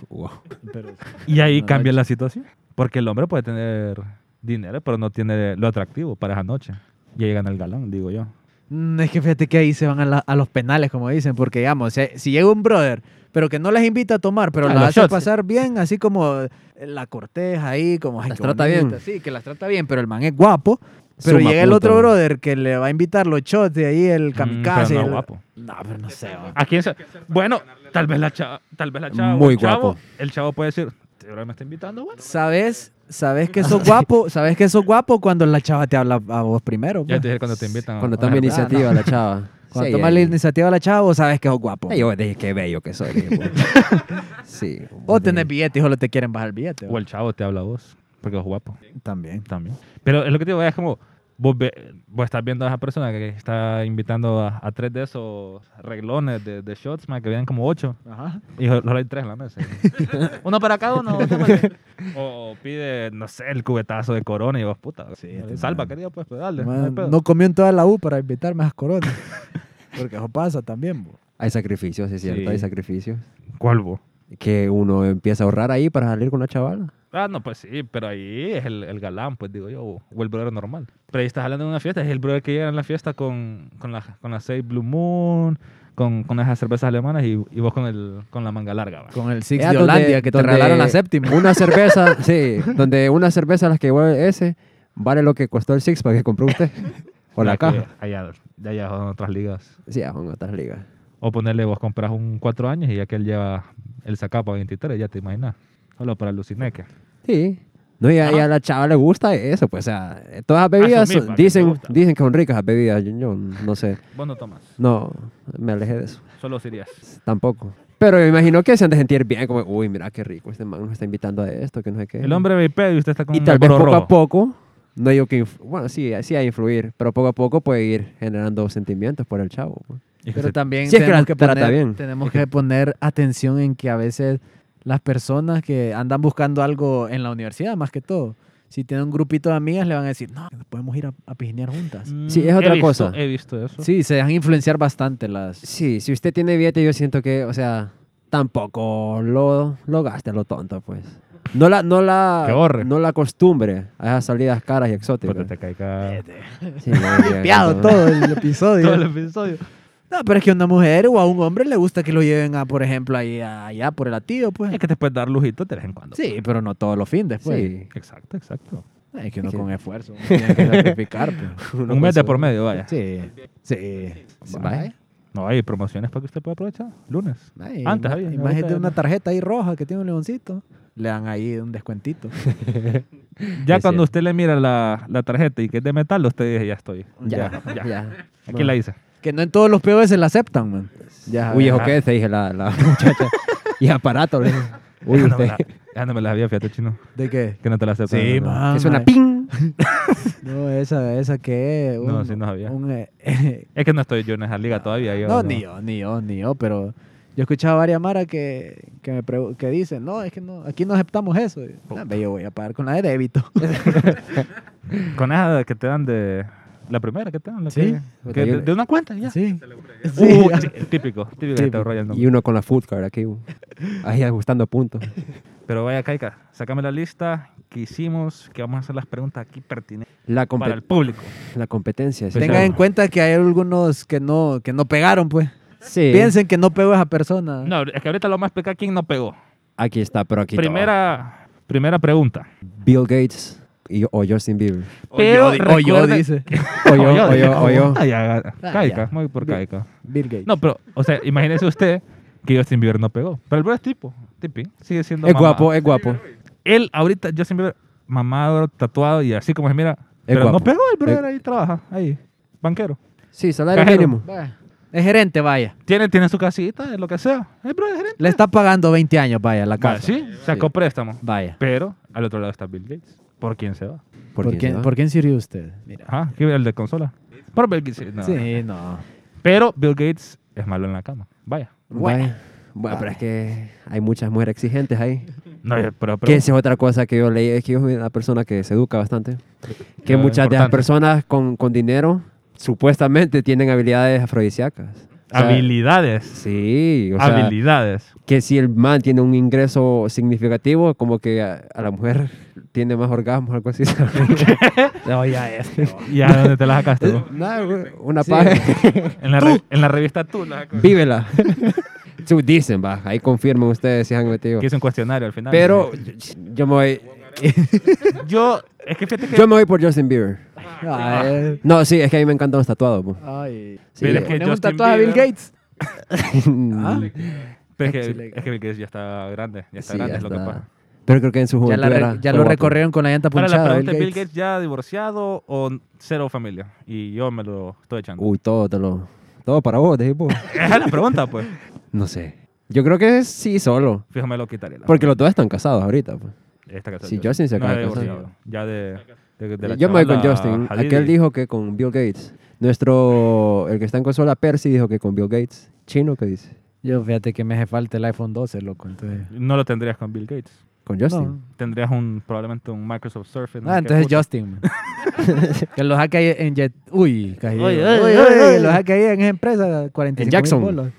S4: Wow.
S3: Pero-
S2: Y ahí
S3: Una
S2: cambia
S3: noche.
S2: la situación. Porque el hombre puede tener dinero, pero no tiene lo atractivo para esa noche. Y ahí gana el galán, digo yo.
S3: Mm, Es que fíjate que ahí se van a, la- a los penales, como dicen, porque digamos, si, si llega un brother, pero que no les invita a tomar, pero
S4: A
S3: la
S4: los
S3: hace
S4: shots.
S3: pasar bien, así como eh, la corteja ahí, como ay,
S4: Las
S3: qué
S4: trata
S3: bonita,
S4: bien.
S3: Sí, que las trata bien, pero el man es guapo. Pero
S4: Suma
S3: llega el
S4: punto.
S3: otro brother que le va a invitar los shots de ahí, el
S2: Mm,
S3: kamikaze.
S2: pero no
S3: el-
S2: guapo.
S3: No, pero no sé. va.
S2: ¿A quién se- Bueno, tal vez la chava, tal vez la chava. o
S4: Muy
S2: el chavo,
S4: guapo.
S2: El chavo puede decir, "Este brother me está invitando, güey.
S3: ¿Sabes? ¿Sabes que sos guapo? ¿Sabes que sos guapo cuando la chava te habla a vos primero?
S2: Ya
S3: pues?
S2: te dije cuando te invitan.
S4: Cuando
S2: a-
S4: toma
S2: a-
S3: verdad,
S4: iniciativa
S2: [LAUGHS]
S4: la chava.
S3: Cuando
S4: Sí,
S3: tomas
S4: ahí-
S3: la iniciativa a la chava, vos sabes que sos guapo.
S4: ahí yo dije, qué bello
S2: [LAUGHS]
S4: que soy. dije, pues. sí.
S3: O tenés billete y solo te quieren bajar el billete.
S2: O el chavo te habla a vos, porque es guapo.
S3: va. También.
S2: También. Pero es lo que te digo, es como, vos, ve- vos estás viendo a esa persona que está invitando a, a tres de esos reglones de, de shots, man, que vienen como ocho.
S3: Ajá.
S2: Y solo hay tres en la mesa. [LAUGHS] uno para cada uno. uno para el- o pide, no sé, el cubetazo de corona y vos, puta.
S3: este
S2: salva,
S3: man. Este
S2: querido, pues, pues dale. no hay
S3: Man,
S2: pedo.
S3: no comió en toda la U para invitarme a las coronas. [LAUGHS] Porque eso pasa también. bo.
S4: Hay sacrificios, es cierto,
S2: Sí.
S4: hay sacrificios.
S2: ¿Cuál vos?
S4: Que uno empieza a ahorrar ahí para salir con la chavala.
S2: Ah, no, pues sí, pero ahí es el, el galán, pues digo yo, o o el brother normal. Pero ahí estás hablando de una fiesta, es el brother que llega en la fiesta con, con, la, con la seis Blue Moon, con, con esas cervezas alemanas y, y vos con, el, con la manga larga. va.
S3: Con el Six
S4: Es
S3: de
S4: donde-
S3: Holandia que te
S4: donde
S3: regalaron la séptima.
S4: [LAUGHS] Una cerveza, sí, donde una cerveza las que vuelve ese vale lo que costó el six para que compró usted. O la
S2: Ya que
S4: caja.
S2: Allá, de allá son otras ligas.
S4: Sí, ya son otras ligas.
S2: O ponerle, vos compras un cuatro años y ya que él lleva el sacapa 23, ya te imaginas. Solo para el lucineque.
S4: Sí. No, y a, y a la chava le gusta eso, pues, o sea, todas las bebidas
S2: Asumir,
S4: son-
S2: pa, que te
S4: dicen,
S2: gusta.
S4: dicen que son ricas las bebidas, yo, yo no sé,
S2: Vos no tomas,
S4: no, me alejé de eso,
S2: solo serías.
S4: tampoco. Pero me imagino que se han de sentir bien, como, uy, mira qué rico, este man nos está invitando a esto, que no sé qué.
S2: El hombre me pedo y usted está con
S4: Eh, Y
S2: un
S4: tal vez
S2: burro
S4: poco
S2: rojo.
S4: a poco, no digo que, inf- bueno, sí, sí hay influir, pero poco a poco puede ir generando sentimientos por el chavo. pues.
S2: Y que
S3: Pero
S2: se-
S3: también
S4: si es que
S3: tenemos,
S4: la
S3: que
S4: trata
S3: poner,
S4: bien.
S3: tenemos que poner atención en que a veces las personas que andan buscando algo en la universidad, más que todo, si tienen un grupito de amigas, le van a decir, no, podemos ir a, a pijinear juntas.
S2: Mm,
S4: Sí, es
S2: he
S4: otra
S2: visto-
S4: cosa.
S2: He visto eso.
S3: Sí, se dejan influenciar bastante las...
S4: Sí, si usted tiene billete, yo siento que, o sea, tampoco lo, lo gaste a lo tonto, pues. No la, no la,
S2: Que ahorre.
S4: no la acostumbre a esas salidas caras y exóticas.
S2: Puta, te caiga
S4: Sí, no,
S3: [LAUGHS]
S4: bien,
S3: Limpiado [LAUGHS]
S4: no.
S3: todo el episodio.
S2: todo el episodio.
S3: No, pero es que a una mujer o a un hombre le gusta que lo lleven a, por ejemplo, ahí a- allá por el atío, pues.
S2: Es que te puedes dar lujito de vez en cuando.
S3: Sí, pero no todos los fines, pues.
S4: Sí.
S2: Exacto, exacto.
S3: Es que uno
S4: Sí.
S3: con esfuerzo uno tiene que sacrificar,
S2: [LAUGHS]
S3: pues.
S2: Un mes de por medio, vaya.
S3: Sí, sí.
S4: Vaya.
S2: No hay promociones para que usted pueda aprovechar. Lunes.
S3: Ay,
S2: Antes
S3: ima-
S2: había, ahorita
S3: Imagínate
S2: ya
S3: una
S2: no.
S3: tarjeta ahí roja que tiene un leoncito. Le dan ahí un descuentito. [LAUGHS]
S2: Ya
S4: Es
S2: cuando
S4: cierto.
S2: usted le mira la, la tarjeta y que es de metal, usted dice, ya estoy.
S4: Ya,
S2: Ya, ya.
S4: Pues, ya.
S2: Aquí la hice.
S3: que no en todos los POS se la aceptan, man. Ya,
S4: Uy,
S3: ya.
S4: hijo, ¿qué? Te dije la, [LAUGHS] la muchacha. y aparato. le dije. [LAUGHS] Uy,
S2: ya, no me
S4: usted.
S2: la, ya no me las había, fíjate, chino.
S3: ¿De qué? [LAUGHS]
S2: Que no te la aceptan.
S3: Sí,
S2: no, no.
S3: man.
S4: Es una
S3: ay.
S4: [LAUGHS] ping.
S3: No, esa, esa que es.
S2: No,
S3: un-
S2: sí, no sabía.
S3: un, eh, [LAUGHS]
S2: Es que no estoy yo en esa liga todavía. Yo,
S3: No, ni yo, ni yo, ni yo, pero yo he escuchado a varias maras que, que, me pregu- que dicen, no, es que no, aquí no aceptamos eso. Y, "No, hombre, yo voy a pagar con la de débito. [LAUGHS]
S2: Con esa que te dan de... La primera que te dan. la
S3: Sí.
S2: que- que de, de una cuenta, ya.
S3: sí.
S2: Uh, sí, típico, típico que te
S3: Típico.
S2: ahorra el nombre.
S4: Y uno con la food card aquí. uh. Ahí ajustando puntos.
S2: Pero vaya, Caica, sacame la lista que hicimos, que vamos a hacer las preguntas aquí pertinentes
S4: La, compe-
S2: para el Pues público.
S4: la competencia. sí.
S3: Tengan en cuenta que hay algunos que no, que no pegaron, pues.
S4: Sí.
S3: Piensen que no pegó esa persona. [LAUGHS]
S2: No, es que ahorita lo vamos a explicar quién no pegó.
S4: Aquí está, pero aquí
S2: Primera, primera pregunta.
S4: todo. Bill Gates y, o Justin Bieber.
S3: O
S2: Pero
S3: yo, di- o yo,
S2: recuerda-
S3: dice.
S2: [LAUGHS]
S4: O yo, o yo, o yo.
S2: Ah, ya, Caica,
S3: ya.
S2: muy por
S3: Bien.
S2: Caica.
S3: Bill Gates.
S2: No, pero, o sea, imagínese usted que Justin Bieber no pegó. Pero el bro es tipo, tipi, sigue siendo
S4: Es
S2: mamá.
S4: guapo, es guapo.
S2: Él ahorita, Justin Bieber, mamado, tatuado y así como es, mira. pero no
S4: guapo.
S2: pegó, el brother
S4: Es-
S2: ahí trabaja, ahí, banquero.
S4: Sí, salario
S2: Cajero.
S4: mínimo.
S3: Vaya. Es gerente, vaya.
S2: Tiene, tiene su casita, lo que sea. El brother es gerente.
S3: Le está pagando 20 años, vaya, la
S2: Vale,
S3: casa.
S2: sí, sacó préstamo.
S4: Vaya.
S2: Pero al otro lado está Bill Gates. ¿Por quién se va?
S4: ¿Por, quién se va?
S3: ¿Por quién sirvió usted? Mira.
S2: Ajá, ¿qué el de consola? Por Bill Gates. sí, no.
S3: Sí, no.
S2: Pero Bill Gates es malo en la cama. Vaya.
S4: Vaya. Bueno, pero es que hay muchas mujeres exigentes ahí.
S2: No, eh, pero, pero-
S4: Que esa es otra cosa que yo leí, es que yo soy una persona que se educa bastante. Que
S2: Ah,
S4: muchas de las
S2: importante.
S4: personas con, con dinero supuestamente tienen habilidades afrodisíacas. sea,
S2: habilidades.
S4: Sí, o sea,
S2: habilidades.
S4: que si el man tiene un ingreso significativo, como que a, a la mujer tiene más orgasmos, algo así. [LAUGHS]
S3: [LAUGHS] No, ya es.
S2: ¿Y a dónde te las sacaste? vos?
S4: Nada, güey, una paja.
S2: En la, re- en la revista tú las sacaste.
S4: Vívela. [LAUGHS] Sí, dicen, va, ahí confirman ustedes si han metido.
S2: Que hice un cuestionario al final.
S4: Pero yo me voy, [LAUGHS]
S2: yo, es que fíjate que.
S4: yo me voy por Justin Bieber.
S3: Ah, es-
S4: No, sí, es que a mí me encantan los tatuados. po.
S3: Ay.
S4: Sí,
S2: Pero
S4: eh, [LAUGHS]
S2: es que
S3: Ponemos un
S2: Justin
S3: tatuaje a Bill
S2: Bieber-
S3: Gates. Ah,
S4: mm,
S2: pero es, que
S3: Chile.
S2: es que Bill Gates ya está grande. Ya está
S4: sí,
S2: grande,
S4: ya
S2: es lo que
S4: está.
S2: pasa.
S4: Pero creo que en su
S3: Ya,
S4: juventud
S3: la re-
S4: era-
S3: ya
S4: fue
S3: lo
S4: guapo.
S3: recorrieron con la llanta
S2: Para la
S3: punchada.
S2: pregunta,
S3: Bill
S2: ¿Bill
S3: Gates.
S2: Gates ya divorciado o cero familia? Y yo me lo estoy echando.
S4: Uy, todo te lo... Todo para vos,
S3: [LAUGHS]
S4: te digo.
S2: Esa es la pregunta, pues.
S4: No sé. Yo creo que sí, solo.
S2: Fíjame, lo quitaré. La
S4: Porque los dos están casados ahorita. pues.
S2: Está casado.
S4: Sí, Justin se
S2: No,
S4: acaba de
S2: ya
S4: casar.
S2: divorciado. Ya de, de, de la
S4: Yo me voy con
S2: chavala
S4: Justin.
S2: Hadidi.
S4: Aquel dijo que con Bill Gates. Nuestro... El que está en consola, Percy, dijo que con Bill Gates. Chino, ¿qué dice?
S3: Yo fíjate que me hace falta el iPhone 12, loco. Entonces,
S2: No lo tendrías con Bill Gates.
S4: Con Justin.
S3: No.
S2: Tendrías un, probablemente un Microsoft Surface. no
S3: ah,
S2: sé
S3: entonces
S2: qué puta. [LAUGHS]
S3: Justin. que los hackea ahí en Jet. Uy, casi.
S2: Uy,
S3: Uy,
S2: uy,
S3: uy,
S2: uy.
S3: que Los hackea ahí en esa empresa. 45
S4: Jackson.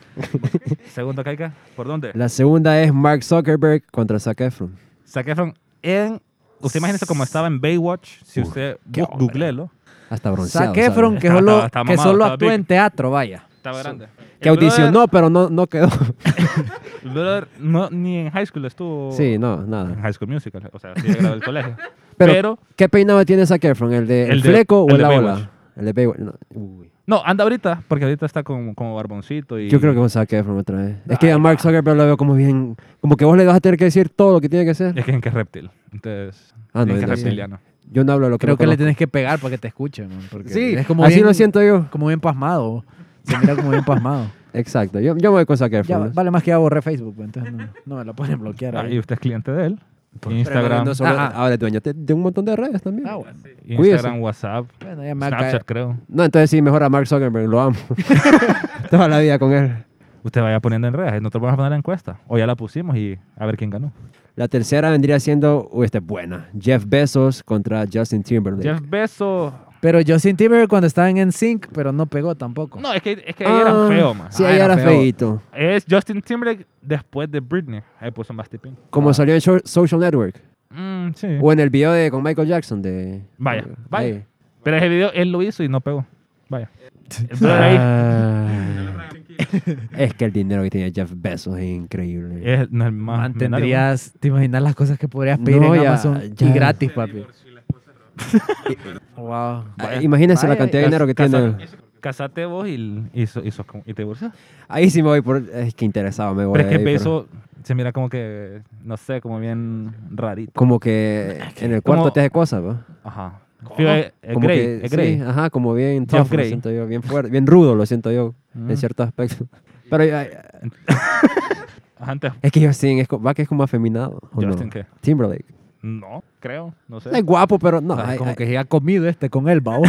S2: Segundo, Kaika. ¿Por dónde?
S4: La segunda es Mark Zuckerberg contra Zac Efron.
S2: Zac Efron en... Usted imagínese cómo estaba en Baywatch. Si
S4: Uf,
S2: usted
S4: qué
S2: bu-
S4: hombre.
S2: googleelo.
S4: Hasta bronceado.
S3: Zac Efron,
S4: ¿sabes?
S3: que
S2: Está-
S3: solo,
S2: está- está
S3: que
S2: mamado,
S3: solo
S2: está
S3: actúa
S2: big.
S3: en teatro, vaya.
S2: Estaba grande.
S4: Que
S2: El brother-
S4: audicionó, pero no, no quedó.
S2: el brother no, ni en high school estuvo...
S4: sí, no,
S2: En
S4: nada.
S2: High School Musical. O sea, sí grabó el colegio.
S4: [LAUGHS] Pero,
S2: Pero...
S4: ¿qué peinado tiene Zac Efron? ¿El de el,
S2: El de-
S4: fleco
S2: el
S4: o
S2: de
S4: la
S2: Baywatch.
S4: ola? El de Baywatch. no, uy.
S2: No, anda ahorita, porque ahorita está con, como barboncito y...
S4: Yo creo que con Zac Efron otra vez. Es que a Mark Zuckerberg lo veo como bien... Como que vos le vas a tener que decir todo lo que tiene que hacer.
S2: Es que es que es reptil. Entonces...
S4: Ah,
S2: es
S4: no,
S2: que es
S4: entonces-
S2: reptiliano.
S4: Yo no hablo de lo que
S3: Creo
S4: no
S3: que le
S4: conozco.
S3: tenés que pegar para que te escuchen. man, porque
S4: Sí,
S3: es como
S4: así
S3: bien-
S4: lo siento yo.
S3: Como bien pasmado. Se mira como bien
S4: [LAUGHS]
S3: pasmado.
S4: Exacto. Yo, yo me voy con Zac
S3: Ya,
S4: Efron.
S3: vale más que ya borré Facebook, pues, entonces no, no me lo pueden bloquear.
S2: Ah,
S3: ahí.
S2: y usted es cliente de él.
S4: Pero no,
S2: Instagram,
S4: no solo-
S3: Ajá.
S4: ahora es dueño de, de un montón de redes también.
S3: Ah, bueno.
S2: Instagram, WhatsApp,
S3: Bueno, ya me va a caer.
S2: Snapchat, creo.
S4: No, entonces sí, mejor a Mark Zuckerberg.
S3: [LAUGHS]
S4: Lo amo. Toda la vida con él.
S2: Usted vaya poniendo en redes. Nosotros vamos a poner la encuesta. O ya la pusimos y a ver quién ganó.
S4: La tercera vendría siendo, uy, esta es buena, Jeff Bezos contra Justin Timberlake.
S2: Jeff Bezos.
S3: Pero Justin Timberlake cuando estaban en sync, pero no pegó tampoco.
S2: No, es que, es que ahí era
S4: Ah,
S2: feo, man.
S4: Sí,
S3: Ah,
S4: ahí
S3: era
S4: era
S3: feo.
S4: feito.
S2: Es Justin Timberlake después de Britney. Ahí puso más tipín.
S4: Como salió en Shor- Social Network.
S2: Mm, Ah. sí.
S4: O en el video de con Michael Jackson de...
S2: Vaya, vaya.
S4: Eh, Ahí.
S2: Pero ese video él lo hizo y no pegó.
S4: [LAUGHS]
S2: Vaya. El brother ahí
S4: Ah, es que el dinero que tenía Jeff Bezos es increíble.
S2: es, no es más.
S3: Man,
S2: millonario,
S3: tendrías, te imaginas las cosas que podrías pedir
S4: No,
S3: en
S4: ya-
S3: Amazon
S4: ya.
S3: y gratis,
S4: [LAUGHS]
S3: papi. wow.
S4: Ah, Imagínense la
S3: Vaya, eh,
S4: cantidad de dinero que
S2: casa-
S4: tiene.
S2: man. Casate vos y, y, so- y sos como- y te divorcias.
S4: Ahí sí me voy por... Es que interesado me voy.
S2: Pero es que
S4: ahí, pero
S2: Bezos se mira como que, no sé, como bien rarito.
S4: Como que en el
S2: como-
S4: cuarto te hace cosas, ¿va?
S2: Ajá. Fío, es, es
S4: Como
S2: Grey,
S4: que-
S2: es Grey.
S4: sí, ajá, como bien
S2: Jeff
S4: tough, lo
S2: Grey.
S4: siento yo, bien fuerte, bien rudo, lo siento yo,
S2: Mm.
S4: en cierto aspecto. Pero ay,
S2: Ajá, Antes,
S4: es que Justin es, co- va que es como afeminado. ¿o no?
S2: Justin, ¿qué?
S4: Timberlake.
S2: no, creo, no sé.
S4: Es guapo, pero no.
S3: Ay,
S4: ahí,
S3: como
S4: ahí-
S3: que ya comido este con él, babo.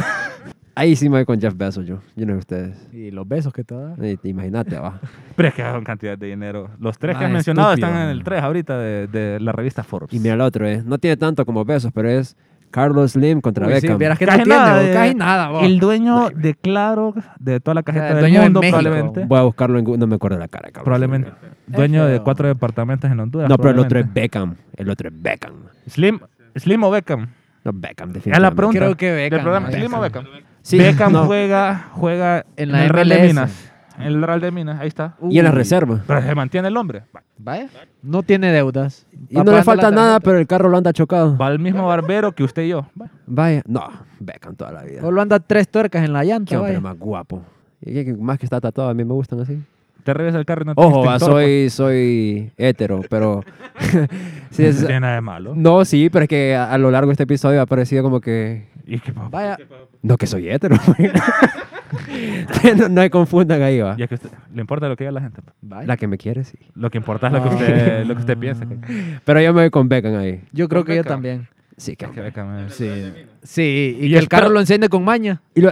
S4: ahí sí me voy con Jeff Bezos yo. Yo no sé ustedes.
S3: y los besos que te da.
S4: Ey, te Imagínate, va.
S2: Pero es que son cantidades de dinero. Los tres que
S3: Más
S2: has mencionado
S3: estúpido,
S2: están en el
S3: man.
S2: 3 ahorita de, de la revista Forbes.
S4: Y mira el otro, ¿eh? No tiene tanto como Bezos, pero es Carlos Slim contra
S3: Uy, sí,
S4: Beckham.
S3: vieras que no
S2: Casi
S3: tiene,
S2: nada,
S3: bo,
S2: eh.
S3: casi nada, bo.
S2: El dueño de Claro, de toda la
S3: O
S2: cajeta
S3: sea, el
S2: del
S3: dueño de
S2: mundo,
S3: México.
S2: probablemente.
S4: Voy a buscarlo en Google, no me acuerdo la cara. Carlos
S2: este. Probablemente.
S4: Slim.
S2: Dueño de
S3: feo.
S2: cuatro departamentos en Honduras.
S4: No, pero el otro es
S2: probablemente.
S4: Beckham. El otro es Beckham.
S2: Slim, Slim o Beckham.
S4: No, Beckham,
S2: Es la
S4: definitivamente.
S2: pregunta.
S3: Creo que
S2: del
S3: Beckham,
S2: programa.
S3: ¿no?
S2: Slim o Beckham.
S4: Sí,
S2: Beckham
S4: no.
S2: juega, juega
S3: En
S2: en,
S3: la
S2: el Real de
S3: MLS.
S2: Minas. En el Real de Minas, ahí está.
S4: Y en la
S3: Uy.
S4: reserva.
S2: Pero se mantiene el hombre. Va.
S3: Vaya. No tiene deudas.
S4: Y
S3: Va
S4: no le
S3: pagando
S4: falta
S3: la
S4: nada,
S3: tarjeta.
S4: pero el carro lo anda chocado.
S2: Va el mismo barbero que usted y yo. Va.
S4: Vaya. No, Beckham toda la vida.
S3: Solo anda tres tuercas en la
S4: Qué
S3: llanta,
S4: hombre
S3: vaya.
S4: más guapo. Y que- que más que está tatuado, a mí me gustan así.
S3: Este
S2: Te regresa el carro y no te
S4: Ojo, va,
S2: distintor, pues.
S4: soy, soy hétero,
S3: [LAUGHS]
S4: pero... [LAUGHS] sí,
S2: No
S4: es-
S2: tiene nada de malo.
S4: no, sí, pero es que a, a lo largo de este episodio ha parecido como que...
S2: Y que, pues, papá,
S3: Vaya.
S4: No, que soy hétero. [LAUGHS] pues. no, no me confundan ahí, va.
S2: y es que usted- le importa lo que diga la gente. pues.
S3: vaya.
S4: La que me quiere, sí.
S2: Lo que importa es
S4: Ah.
S2: lo que usted, lo que usted
S4: [LAUGHS]
S2: piensa. que-
S4: Pero yo me voy con Beckham ahí.
S3: Yo creo que yo
S2: Beckham.
S3: también.
S4: Sí, que...
S2: que déjame-
S3: Sí, y,
S2: Y
S3: que el
S2: espero-
S3: carro lo enciende con maña.
S4: Y lo,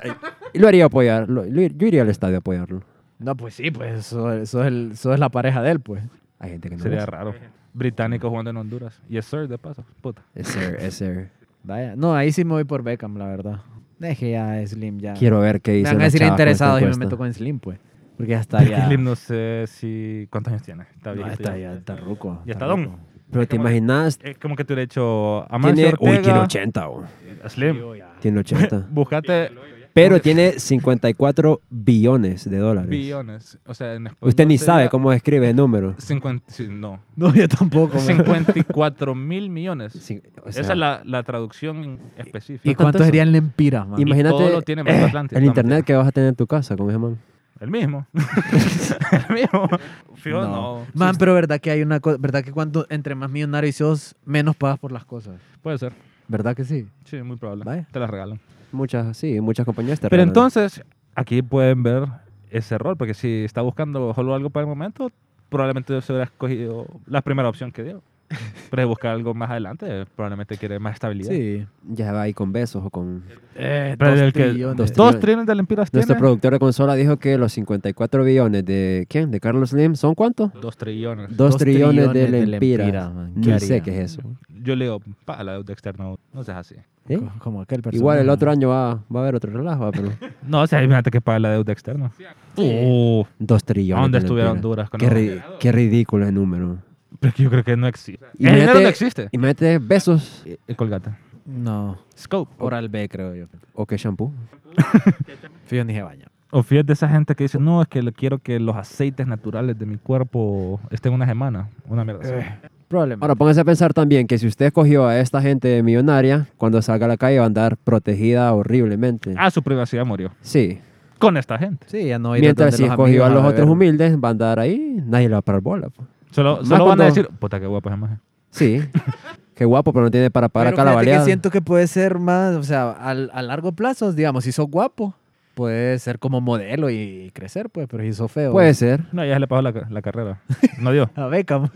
S4: y lo haría apoyar. lo- lo- yo iría al estadio a apoyarlo.
S3: No, pues sí, pues eso, eso es el- eso es la pareja de él, pues.
S4: Hay gente que no
S2: Sería
S4: lo hace.
S2: raro. Británico jugando en Honduras. Yes, sir, de paso. Puta.
S4: Es ser, es
S2: [LAUGHS]
S4: ser.
S3: Vaya. No, ahí sí me voy por Beckham, la verdad. Deje ya a Slim ya.
S4: Quiero ver qué dice
S3: me
S4: este
S3: van a decir interesados y me meto con Slim, pues.
S4: Porque ya está
S2: Porque
S4: ya.
S2: Slim no sé si... ¿Cuántos años tiene? Está
S4: No,
S2: viejito
S4: está
S2: ya.
S4: ya, está ruco.
S2: Ya está don.
S4: Pero te imaginas.
S2: Es como que tú le he hecho a Mancio
S4: Tiene, uy,
S2: Eh,
S4: tiene
S2: Ortega,
S4: 80, bo.
S2: Slim. [LAUGHS]
S4: Tiene 80.
S2: Buscate
S4: Pero tiene 54 billones de dólares.
S2: billones. O sea, en español
S4: Usted ni
S2: sería
S4: sabe cómo escribe el número.
S2: 50, sí, no.
S3: No, yo
S4: [LAUGHS]
S3: tampoco. man.
S2: 54 mil millones.
S4: Sí, o sea,
S2: Esa es la, la traducción específica.
S3: ¿Y
S2: Y
S3: cuánto
S4: eso?
S3: serían lempiras, man?
S4: Y- Imagínate, eh,
S2: todo lo tiene Banco Atlántida,
S4: El
S2: no,
S4: internet que vas a tener en tu casa con ese man.
S2: mentira. El mismo. [LAUGHS] el mismo. Fijo, no.
S3: Man, pero verdad que hay una cosa, verdad que cuando entre más millonario sos, menos pagas por las cosas.
S2: Puede ser.
S3: ¿Verdad que sí?
S2: Sí, muy probable.
S4: Vaya.
S2: Te la regalan.
S4: Muchas, sí, muchas compañías te
S2: Pero
S4: regalan.
S2: entonces, aquí pueden ver ese error, porque si está buscando solo algo para el momento, probablemente se hubiera escogido la primera opción que [LAUGHS] dio. Pero si busca algo más adelante, probablemente quiere más estabilidad.
S3: Sí.
S4: Ya va ahí con besos o con...
S3: Eh,
S2: Pero
S3: dos
S2: el que
S3: trillones.
S2: dos,
S4: trillones.
S2: trillones de este lempiras tiene.
S4: Nuestro productor de consola dijo que los 54 billones de... ¿Quién? ¿De Carlos Slim? ¿Son cuántos?
S2: Dos trillones.
S4: Dos, trillones,
S3: trillones
S4: de
S3: de
S4: lempiras.
S3: lempiras, man. ¿Qué
S4: Ni
S3: haría?
S4: sé qué es eso.
S2: Yo leo, para la deuda externa, no seas así.
S4: ¿Eh?
S3: Co- Como aquel personaje.
S4: Igual el otro año va, va a haber otro relajo, ah, pero...
S2: No, o sea, imagínate que paga la deuda externa. Uh,
S4: Dos
S2: ¿A
S4: trillones
S2: dónde
S4: de
S2: estuviera
S4: lempiras.
S2: Honduras con
S4: Qué,
S2: eso?
S4: ri- qué ridículo el número.
S2: Pero es que yo creo que no existe. El
S4: Imagínate-
S2: dinero no existe.
S4: Imagínate besos
S2: El eh, colgata.
S3: No.
S2: Scope.
S3: Oral B, creo yo.
S4: o qué shampoo.
S3: Fío ni se baña.
S2: O fíjate esa gente que dice, no, es que le- quiero que los aceites naturales de mi cuerpo estén una semana. Una mierda. así.
S3: Probablemente.
S4: Ahora póngase a pensar también que si usted escogió a esta gente millonaria, cuando salga a la calle va a andar protegida horriblemente.
S2: Ah, su privacidad murió.
S4: Sí.
S2: Con esta gente.
S3: sí, ya no va a ir
S4: Mientras
S3: donde
S4: si
S3: los
S4: escogió a
S3: amigos
S4: los otros
S3: beber.
S4: humildes, va a andar ahí, nadie le va a parar bola. po.
S2: Solo,
S4: Más
S2: solo van
S4: cuando-
S2: a decir, puta, qué guapa es imagen.
S4: Sí. qué guapo, pero no tiene para pagar
S3: Pero
S4: acá
S3: fíjate
S4: la
S3: que
S4: baleada.
S3: siento que puede ser más, o sea, al- a largo plazo, digamos, si sos guapo, puede ser como modelo y crecer, pues, pero si sos feo.
S4: Puede ser.
S2: No, ya se le pasó la, ca- la carrera. No dio.
S3: A
S4: [LAUGHS]
S3: Beckham.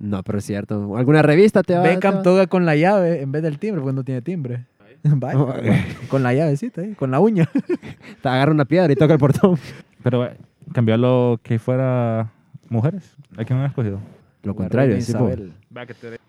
S4: No, pero es cierto. ¿Alguna revista te va te
S3: Beckham
S4: va-
S3: toca con la llave en vez del timbre, porque no tiene timbre. [LAUGHS] Vaya, con la llavecita, ahí, con la uña.
S4: Te agarra una piedra y toca
S3: [LAUGHS]
S4: el portón.
S2: Pero eh, cambió lo que fuera mujeres. ¿A quién han escogido?
S4: [LAUGHS] Lo contrario, sí, po.
S3: Isabel.